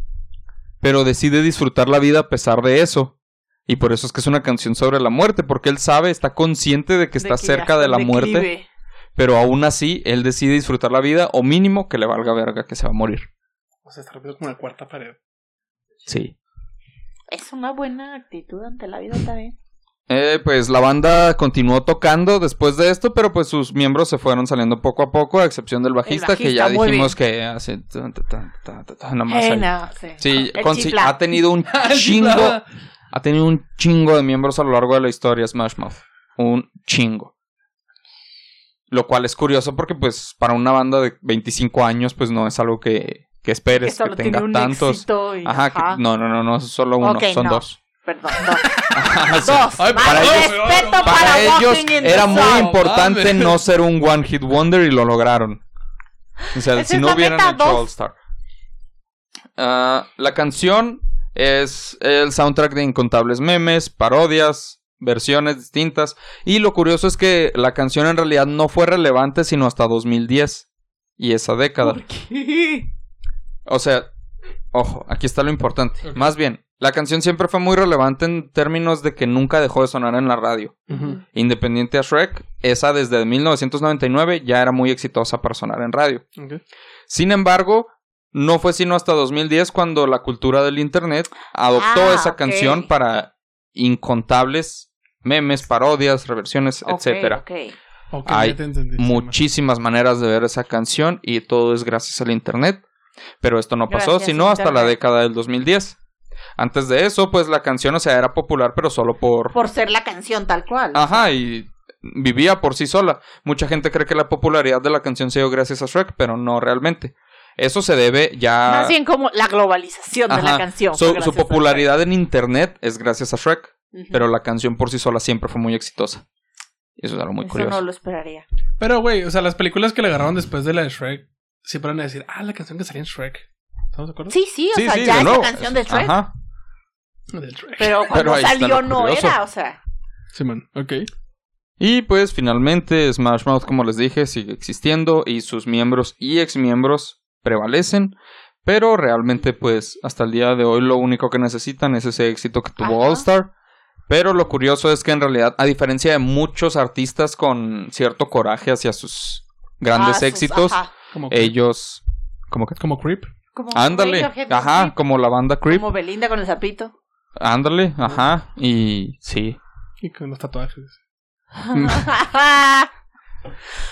Speaker 1: pero decide disfrutar la vida a pesar de eso. Y por eso es que es una canción sobre la muerte, porque él sabe, está consciente de que está
Speaker 2: De que ya
Speaker 1: cerca de la
Speaker 2: declive.
Speaker 1: muerte. pero aún así él decide disfrutar la vida o mínimo que le valga verga que se va a morir.
Speaker 3: O sea, está rompiendo como una cuarta
Speaker 2: (laughs)
Speaker 3: pared.
Speaker 1: Sí.
Speaker 2: Es una buena actitud ante la vida también.
Speaker 1: Eh, pues la banda continuó tocando después de esto, pero pues sus miembros se fueron saliendo poco a poco, a excepción del bajista, que
Speaker 2: bajista,
Speaker 1: ya
Speaker 2: muy
Speaker 1: dijimos que hace tan, tan, tan, tan, tan, tan, nomás
Speaker 2: Eh,
Speaker 1: ahí.
Speaker 2: no, sí.
Speaker 1: Sí, ah,
Speaker 2: El
Speaker 1: consi-
Speaker 2: chifla.
Speaker 1: ha tenido un
Speaker 3: Ah,
Speaker 1: chingo, ha tenido un chingo de miembros a lo largo de la historia Smash Mouth, un chingo. Lo cual es curioso porque pues para una banda de 25 años pues no es algo que, que
Speaker 2: Que
Speaker 1: esperes que,
Speaker 2: solo
Speaker 1: tenga
Speaker 2: tiene un
Speaker 1: tantos.
Speaker 2: éxito y-
Speaker 1: Ajá, que- no, no, no, no, es solo uno,
Speaker 2: Ok,
Speaker 1: son
Speaker 2: no.
Speaker 1: dos. (laughs)
Speaker 2: Perdón, dos.
Speaker 1: Ajá, sí.
Speaker 2: dos.
Speaker 3: Ay,
Speaker 2: más
Speaker 1: para ellos-
Speaker 2: respeto para,
Speaker 3: para
Speaker 1: Para ellos
Speaker 2: Walking in the
Speaker 1: era
Speaker 2: Sun.
Speaker 1: muy importante
Speaker 3: mames.
Speaker 1: no ser un one hit wonder y lo lograron. O sea,
Speaker 2: Esa
Speaker 1: si
Speaker 2: es
Speaker 1: no
Speaker 2: la
Speaker 1: hubieran
Speaker 2: meta,
Speaker 1: hecho
Speaker 2: dos.
Speaker 1: All Star. Ah, la canción es el soundtrack de incontables memes, parodias, versiones distintas. Y lo curioso es que la canción en realidad no fue relevante sino hasta 2010 y esa década.
Speaker 2: ¿Por qué?
Speaker 1: O sea, ojo, aquí está lo importante.
Speaker 3: Ok.
Speaker 1: Más bien, la canción siempre fue muy relevante en términos de que nunca dejó de sonar en la radio.
Speaker 3: Ujú.
Speaker 1: Independiente a Shrek, esa desde 1999 ya era muy exitosa para sonar en radio.
Speaker 3: Ok.
Speaker 1: Sin embargo, no fue sino hasta 2010 cuando la cultura del internet adoptó
Speaker 2: Ah,
Speaker 1: esa
Speaker 2: ok.
Speaker 1: canción para incontables memes, parodias, reversiones,
Speaker 2: Ok,
Speaker 1: etcétera.
Speaker 2: ok.
Speaker 3: Ok,
Speaker 1: Hay
Speaker 3: ya te entendí.
Speaker 1: muchísimas maneras de ver esa canción y todo es gracias al internet. Pero esto no pasó,
Speaker 2: Gracias,
Speaker 1: sino hasta la
Speaker 2: internet.
Speaker 1: década del 2010. Antes de eso, pues la canción, o sea, era popular, pero solo por... Ah,
Speaker 2: Por ser la canción tal cual.
Speaker 1: Ajá, y vivía por sí sola. Mucha gente cree que la popularidad de la canción se dio gracias a Shrek, pero no realmente. Eso se debe ya...
Speaker 2: Más bien como la globalización de la
Speaker 1: Ajá.
Speaker 2: canción.
Speaker 1: Su-
Speaker 2: fue
Speaker 1: Su,
Speaker 2: gracias a Shrek.
Speaker 1: popularidad en internet es gracias a Shrek,
Speaker 2: Ujú.
Speaker 1: pero la canción por sí sola siempre fue muy exitosa. Y eso es algo muy
Speaker 2: Eso
Speaker 1: curioso.
Speaker 2: no lo esperaría.
Speaker 3: Pero, güey, o sea, las películas que le agarraron después de la de Shrek, siempre van a decir, ah, la canción que salía en Shrek. ¿Estamos de acuerdo?
Speaker 2: Sí, sí, o
Speaker 1: Sí,
Speaker 2: sea,
Speaker 1: sí,
Speaker 2: ya
Speaker 1: de
Speaker 2: es la
Speaker 1: nuevo.
Speaker 2: canción de Shrek.
Speaker 1: Ajá.
Speaker 3: Del Shrek.
Speaker 2: Pero cuando
Speaker 1: Pero ahí está
Speaker 2: salió
Speaker 1: lo
Speaker 2: no
Speaker 1: curioso.
Speaker 2: era, o sea.
Speaker 3: Simón, ok.
Speaker 1: Y pues finalmente Smash Mouth, como les dije, sigue existiendo y sus miembros y exmiembros prevalecen. Pero realmente pues hasta el día de hoy lo único que necesitan es ese éxito que tuvo
Speaker 2: Ajá.
Speaker 1: All Star. Pero lo curioso es que en realidad, a diferencia de muchos artistas con cierto coraje hacia sus grandes
Speaker 2: Ah, sus-
Speaker 1: éxitos.
Speaker 2: ajá.
Speaker 3: Como,
Speaker 1: Ellos. ¿Cómo que?
Speaker 3: como Creep.
Speaker 2: Como
Speaker 1: Ándale.
Speaker 2: Radiohead,
Speaker 1: Ajá,
Speaker 2: ¿no?
Speaker 1: como la banda Creep.
Speaker 2: Como Belinda con
Speaker 1: (laughs)
Speaker 2: el sapito.
Speaker 1: Ándale, ajá. Y sí.
Speaker 3: Y con los tatuajes.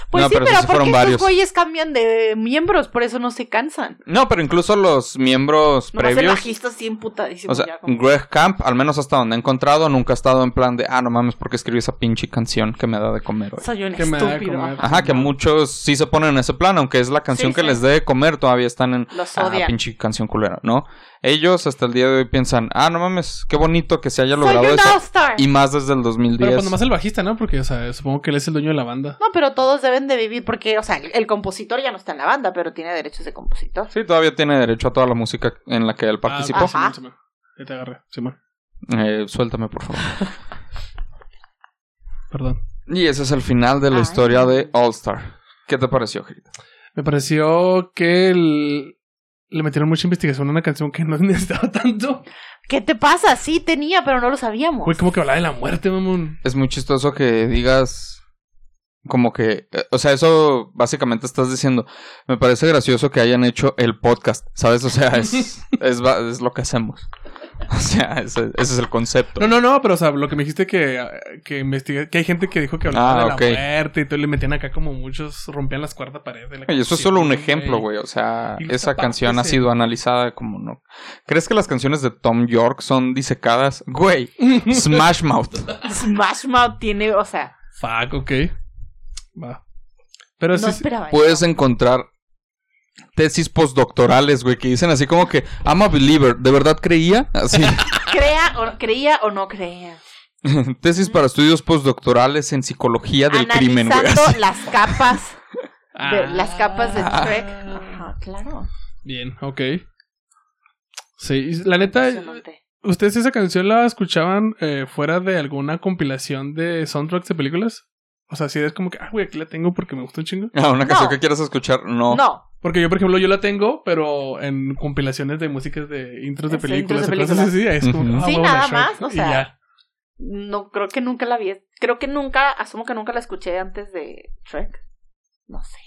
Speaker 2: pues
Speaker 1: No,
Speaker 2: sí,
Speaker 1: pero
Speaker 2: pero,
Speaker 1: esos fueron
Speaker 2: porque
Speaker 1: varios.
Speaker 2: estos güeyes cambian de miembros, por eso no se cansan.
Speaker 1: No, pero incluso los miembros
Speaker 2: Nomás el
Speaker 1: previos.
Speaker 2: bajista así emputadísimo
Speaker 1: O sea,
Speaker 2: ya como-
Speaker 1: Greg Camp, al menos hasta donde he encontrado, nunca ha estado en plan de, ah, no mames, porque escribí esa pinche canción que me da de comer hoy.
Speaker 2: Soy un
Speaker 3: Que me da de
Speaker 2: estúpido.
Speaker 3: comer.
Speaker 2: ajá.
Speaker 1: Ajá, que muchos sí se ponen en ese plan, aunque es la canción
Speaker 2: Sí,
Speaker 1: que
Speaker 2: sí.
Speaker 1: les dé de comer, todavía están en,
Speaker 2: Los
Speaker 1: ah,
Speaker 2: odian.
Speaker 1: pinche canción culera, ¿no? Ellos hasta el día de hoy piensan, ah, no mames, qué bonito que se haya
Speaker 2: Soy
Speaker 1: logrado
Speaker 2: un
Speaker 1: eso.
Speaker 2: all-star.
Speaker 1: Y más desde el 2010.
Speaker 3: Pero pues nomás el bajista, ¿no? Porque, o sea, supongo que él es el dueño de la banda.
Speaker 2: No, pero todos deben de vivir porque, o sea, el, el compositor ya no está en la banda, pero tiene derechos de compositor.
Speaker 1: Sí, todavía tiene derecho a toda la música en la que él participó.
Speaker 3: Ah, ok, Simón,
Speaker 2: Ajá.
Speaker 3: Simón. Ya te agarré, Simón.
Speaker 1: Eh, suéltame, por favor.
Speaker 3: Perdón.
Speaker 1: Y ese es el final de la
Speaker 2: Ay.
Speaker 1: historia de All Star. ¿Qué te pareció, Gerita?
Speaker 3: Me pareció que el- le metieron mucha investigación a una canción que no (laughs) necesitaba tanto.
Speaker 2: ¿Qué te pasa? Sí tenía, pero no lo sabíamos.
Speaker 3: Güey, como que hablaba de la muerte, mamón.
Speaker 1: Es muy chistoso que digas como que, eh, o sea, eso básicamente estás diciendo, me parece gracioso que hayan hecho el podcast, ¿sabes? O
Speaker 3: (laughs)
Speaker 1: sea, es, es, va- es lo que hacemos. (laughs) O sea, ese, ese es el concepto.
Speaker 3: No, no, no, pero o sea, lo que me dijiste que, eh, que investigué, que hay gente que dijo que hablaba
Speaker 1: Ah,
Speaker 3: de
Speaker 1: ok.
Speaker 3: la muerte y todo, y le metían acá como muchos, rompían las cuarta paredes de la
Speaker 1: Y eso es
Speaker 3: canción,
Speaker 1: solo un ejemplo, güey. O sea,
Speaker 3: Y los
Speaker 1: esa
Speaker 3: zapatos
Speaker 1: canción ha
Speaker 3: en-
Speaker 1: sido analizada como no. ¿Crees que las canciones de Tom York son disecadas?
Speaker 3: (laughs)
Speaker 1: Güey, Smash Mouth.
Speaker 2: (laughs) Smash Mouth tiene, o sea,
Speaker 3: Fuck, ok. Va. Pero
Speaker 2: no
Speaker 3: sí, sí,
Speaker 2: esperaba.
Speaker 1: puedes
Speaker 2: eso.
Speaker 1: encontrar tesis postdoctorales, güey, que dicen así como que I'm a believer, ¿de verdad creía? Así.
Speaker 2: Crea o, creía o no creía.
Speaker 1: (laughs) tesis para estudios postdoctorales en psicología del
Speaker 2: Analizando
Speaker 1: crimen, (laughs) güey. así.
Speaker 2: las capas, de,
Speaker 3: Ah.
Speaker 2: las capas de Trek. Ajá, claro.
Speaker 3: bien, ok. Sí, y la neta,
Speaker 2: Impresionante.
Speaker 3: ¿ustedes esa canción la escuchaban eh, fuera de alguna compilación de soundtracks de películas? O sea, si es como que, ah, güey, aquí la tengo porque me gusta un chingo.
Speaker 1: Ah, una canción
Speaker 2: No.
Speaker 1: que quieras escuchar, no.
Speaker 2: No,
Speaker 3: Porque yo, por ejemplo, yo la tengo, pero en compilaciones de músicas de intros de
Speaker 2: Sí,
Speaker 3: películas
Speaker 2: intros
Speaker 3: o
Speaker 2: de
Speaker 3: cosas así. Es como,
Speaker 1: Ujú.
Speaker 3: ah,
Speaker 2: Sí,
Speaker 3: huevo,
Speaker 2: nada
Speaker 3: la Shrek,
Speaker 2: más, o
Speaker 3: y
Speaker 2: sea.
Speaker 3: ya.
Speaker 2: No, creo que nunca la vi. Creo que nunca, asumo que nunca la escuché antes de Shrek. No sé.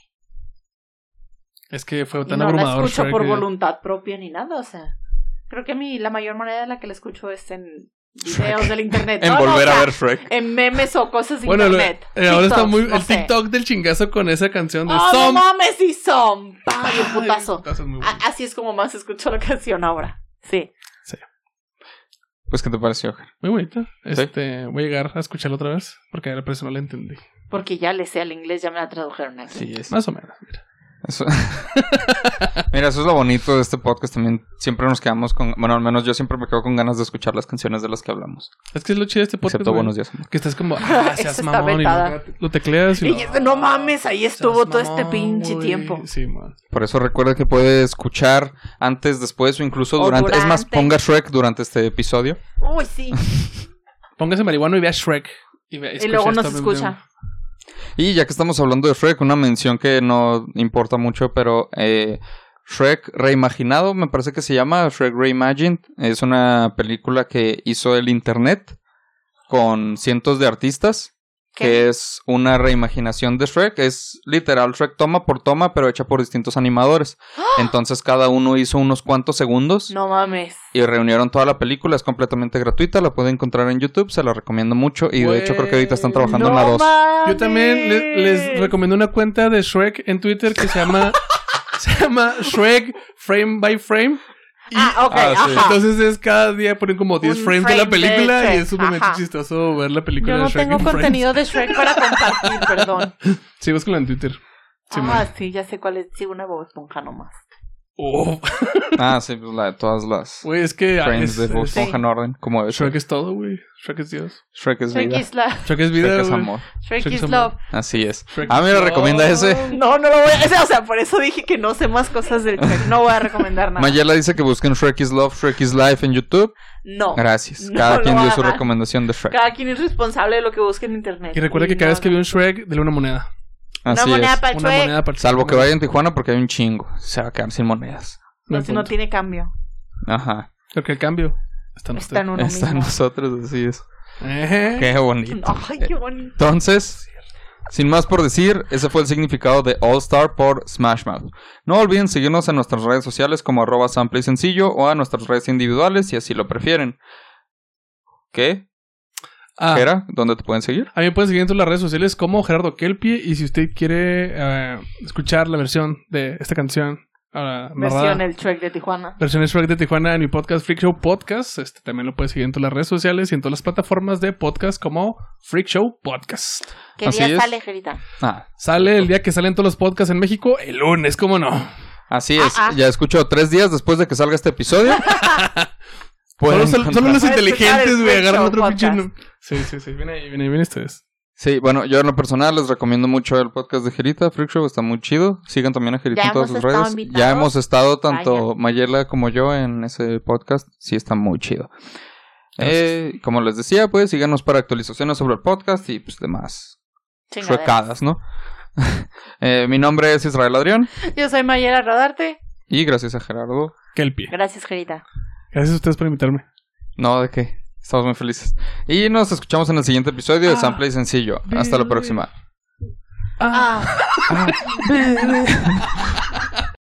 Speaker 3: Es que fue
Speaker 2: Y
Speaker 3: tan
Speaker 2: no la
Speaker 3: abrumador.
Speaker 2: escucho
Speaker 3: Shrek
Speaker 2: por
Speaker 3: que-
Speaker 2: voluntad propia ni nada, o sea. Creo que mi, la mayor manera en la que la escucho es en videos del
Speaker 3: (laughs)
Speaker 2: internet.
Speaker 1: En
Speaker 2: No, no, o
Speaker 1: volver a
Speaker 2: sea,
Speaker 1: ver Shrek.
Speaker 2: En memes o cosas de
Speaker 3: Bueno, lo-
Speaker 2: internet.
Speaker 3: eh, ahora está
Speaker 2: TikToks,
Speaker 3: muy.
Speaker 2: no
Speaker 3: el
Speaker 2: sé.
Speaker 3: TikTok del chingazo con esa canción de
Speaker 2: ¡Oh, no
Speaker 3: Som.
Speaker 2: mames! Y Som. ¡Pam! Y un putazo. Ah,
Speaker 3: Ay, es muy bueno.
Speaker 2: A- así es como más escucho la (laughs) canción ahora. Sí.
Speaker 1: Pues, ¿qué te pareció, Ger?
Speaker 3: Muy bonita. Este, voy a llegar a escucharla otra vez porque a la persona la entendí.
Speaker 2: Porque ya le sé al inglés, ya me la tradujeron aquí.
Speaker 1: Sí, es.
Speaker 3: Más o menos. mira.
Speaker 1: Eso- (laughs) Mira, eso es lo bonito de este podcast. También siempre nos quedamos con. Bueno, al menos yo siempre me quedo con ganas de escuchar las canciones de las que hablamos.
Speaker 3: Es que es lo chido de este podcast.
Speaker 1: Excepto
Speaker 3: güey,
Speaker 1: Buenos Días. amor.
Speaker 3: Que
Speaker 2: (laughs)
Speaker 3: estás como, ah,
Speaker 2: Esa
Speaker 3: seas
Speaker 2: está
Speaker 3: mamón. Y
Speaker 2: vetada.
Speaker 3: lo, lo tecleas
Speaker 2: Y
Speaker 3: y. lo-
Speaker 2: yo, no mames, ahí estuvo
Speaker 3: seas
Speaker 2: todo este
Speaker 3: mamón,
Speaker 2: pinche
Speaker 3: güey.
Speaker 2: tiempo.
Speaker 3: Sí, man.
Speaker 1: Por eso recuerda que puede escuchar antes, después o incluso
Speaker 2: O
Speaker 1: durante. Es más,
Speaker 2: durante.
Speaker 1: ponga Shrek durante este episodio.
Speaker 2: Uy,
Speaker 3: (laughs)
Speaker 2: sí.
Speaker 3: Póngase marihuano y vea Shrek. Y, ve-
Speaker 2: Y luego
Speaker 3: escucha
Speaker 2: nos
Speaker 3: esta-
Speaker 2: escucha.
Speaker 1: Y ya que estamos hablando de Shrek, una mención que no importa mucho, pero eh, Shrek Reimaginado, me parece que se llama Shrek Reimagined. Es una película que hizo el internet con cientos de artistas.
Speaker 2: ¿Qué?
Speaker 1: que es una reimaginación de Shrek. Es literal Shrek toma por toma, pero hecha por distintos animadores. Entonces cada uno hizo unos cuantos segundos
Speaker 2: No mames.
Speaker 1: y reunieron toda la película. Es completamente gratuita, la pueden encontrar en YouTube, se la recomiendo mucho. Y de hecho creo que ahorita están trabajando en la 2.
Speaker 3: Yo también le- les recomiendo una cuenta de Shrek en Twitter que se llama (laughs) se llama Shrek Frame by Frame. Y
Speaker 2: Ah, ok,
Speaker 1: Ah, sí.
Speaker 2: ajá.
Speaker 3: entonces es cada día ponen como 10
Speaker 2: Un
Speaker 3: frames de la
Speaker 2: frame de
Speaker 3: película y
Speaker 2: Shrek,
Speaker 3: es sumamente
Speaker 2: ajá.
Speaker 3: chistoso ver la película
Speaker 2: Yo no
Speaker 3: de Shrek.
Speaker 2: tengo
Speaker 3: en frames.
Speaker 2: contenido de Shrek para
Speaker 3: (laughs)
Speaker 2: compartir, perdón.
Speaker 3: Sí, búscala en Twitter. Sí,
Speaker 2: ah,
Speaker 3: man.
Speaker 2: sí, ya sé cuál es. Sí, una Bob Esponja nomás.
Speaker 3: Oh,
Speaker 1: Ah, sí, pues la de todas las
Speaker 3: (laughs) güey, es que ah,
Speaker 1: frames
Speaker 3: es-
Speaker 1: de Bob
Speaker 3: es-
Speaker 1: Esponja en orden, como de
Speaker 3: Shrek
Speaker 1: Shrek.
Speaker 3: es todo, güey. Shrek es Dios.
Speaker 1: Shrek es
Speaker 2: Shrek
Speaker 1: vida.
Speaker 2: is, la-
Speaker 3: Shrek es vida.
Speaker 1: Shrek es
Speaker 3: güey.
Speaker 1: amor.
Speaker 2: Shrek
Speaker 3: Shrek
Speaker 2: is
Speaker 3: is
Speaker 2: love.
Speaker 1: Así es.
Speaker 3: Shrek
Speaker 1: Ah,
Speaker 3: is
Speaker 1: mira,
Speaker 3: love.
Speaker 1: recomienda ese.
Speaker 2: No, no lo voy a... O sea, por eso dije que no sé más cosas del Shrek. No voy a recomendar nada.
Speaker 1: Mayela dice que busquen Shrek is Love, Shrek is Life en YouTube.
Speaker 2: No.
Speaker 1: Gracias.
Speaker 2: No
Speaker 1: Cada
Speaker 2: lo
Speaker 1: quien dio su
Speaker 2: hagan.
Speaker 1: recomendación de Shrek.
Speaker 2: Cada quien es responsable de lo que busque en internet.
Speaker 3: Y recuerda que cada vez que veo un Shrek, dele una moneda.
Speaker 2: Una
Speaker 1: Así
Speaker 2: moneda
Speaker 1: es.
Speaker 2: para el
Speaker 3: Una
Speaker 2: Shrek.
Speaker 3: moneda para
Speaker 1: Salvo que vaya en Tijuana porque hay un chingo. Se va a quedar sin monedas.
Speaker 2: No,
Speaker 3: Buen
Speaker 2: si no
Speaker 3: punto.
Speaker 2: tiene cambio.
Speaker 1: Ajá.
Speaker 3: Porque el cambio está en usted.
Speaker 2: Está en uno
Speaker 1: Está en
Speaker 2: mismo.
Speaker 1: nosotros, así es.
Speaker 3: Ejé.
Speaker 1: Qué bonito.
Speaker 2: Ay, qué bonito.
Speaker 1: Entonces, Sin más por decir, ese fue el significado de All Star por Smash Mouth. No olviden seguirnos en nuestras redes sociales como arroba sample y sencillo o a nuestras redes individuales si así lo prefieren. ¿Qué?
Speaker 3: Ah,
Speaker 1: ¿Era? ¿Dónde te pueden seguir?
Speaker 3: A mí me pueden seguir en todas las redes sociales como Gerardo Kelpie. Y si usted quiere eh, escuchar la versión de esta canción, ah, narrada-
Speaker 2: Versión el Shrek de Tijuana.
Speaker 3: Versiones Shrek de Tijuana en mi podcast Freak Show Podcast. Este también lo puedes seguir en todas las redes sociales y en todas las plataformas de podcast como Freak Show Podcast.
Speaker 2: ¿Qué
Speaker 1: Así
Speaker 2: día
Speaker 1: es.
Speaker 2: sale, Gerita?
Speaker 1: Ah,
Speaker 3: Sale el día que salen todos los podcasts en México, el lunes, ¿cómo no?
Speaker 1: así es.
Speaker 2: Ah, ah.
Speaker 1: Ya escuchó tres días después de que salga este
Speaker 2: (laughs)
Speaker 1: episodio. Pues,
Speaker 3: Solo,
Speaker 1: Pueden
Speaker 3: solo- solo
Speaker 1: encontrar-
Speaker 2: Voy
Speaker 3: los
Speaker 2: a escuchar
Speaker 3: inteligentes,
Speaker 2: el
Speaker 3: güey,
Speaker 2: Freak
Speaker 3: agarran
Speaker 2: Show
Speaker 3: otro pinche.
Speaker 2: Podcast.
Speaker 3: nu- Sí, sí, sí, viene ahí, viene ahí, vienen ustedes.
Speaker 1: Sí, bueno, yo en lo personal les recomiendo mucho el podcast de Gerita, Freak Show, está muy chido. Sigan también a Gerita
Speaker 2: Ya
Speaker 1: en todas
Speaker 2: hemos
Speaker 1: sus redes.
Speaker 2: estado invitados.
Speaker 1: Ya hemos estado tanto Mayela como yo en ese podcast, sí está muy chido. Eh, como les decía, pues síganos para actualizaciones sobre el podcast y pues demás
Speaker 2: Chingadera.
Speaker 1: chuecadas, ¿no? (laughs) Eh, mi nombre es Israel Adrián
Speaker 2: Yo soy Mayela Rodarte.
Speaker 1: y gracias a Gerardo.
Speaker 3: Kelpie.
Speaker 2: Gracias, Gerita.
Speaker 3: Gracias a ustedes por invitarme.
Speaker 1: No, de qué, estamos muy felices. Y nos escuchamos en el siguiente episodio de
Speaker 3: Ah.
Speaker 1: Sample y Sencillo. Hasta la
Speaker 3: Ah. Bye.
Speaker 1: próxima.
Speaker 2: Ah.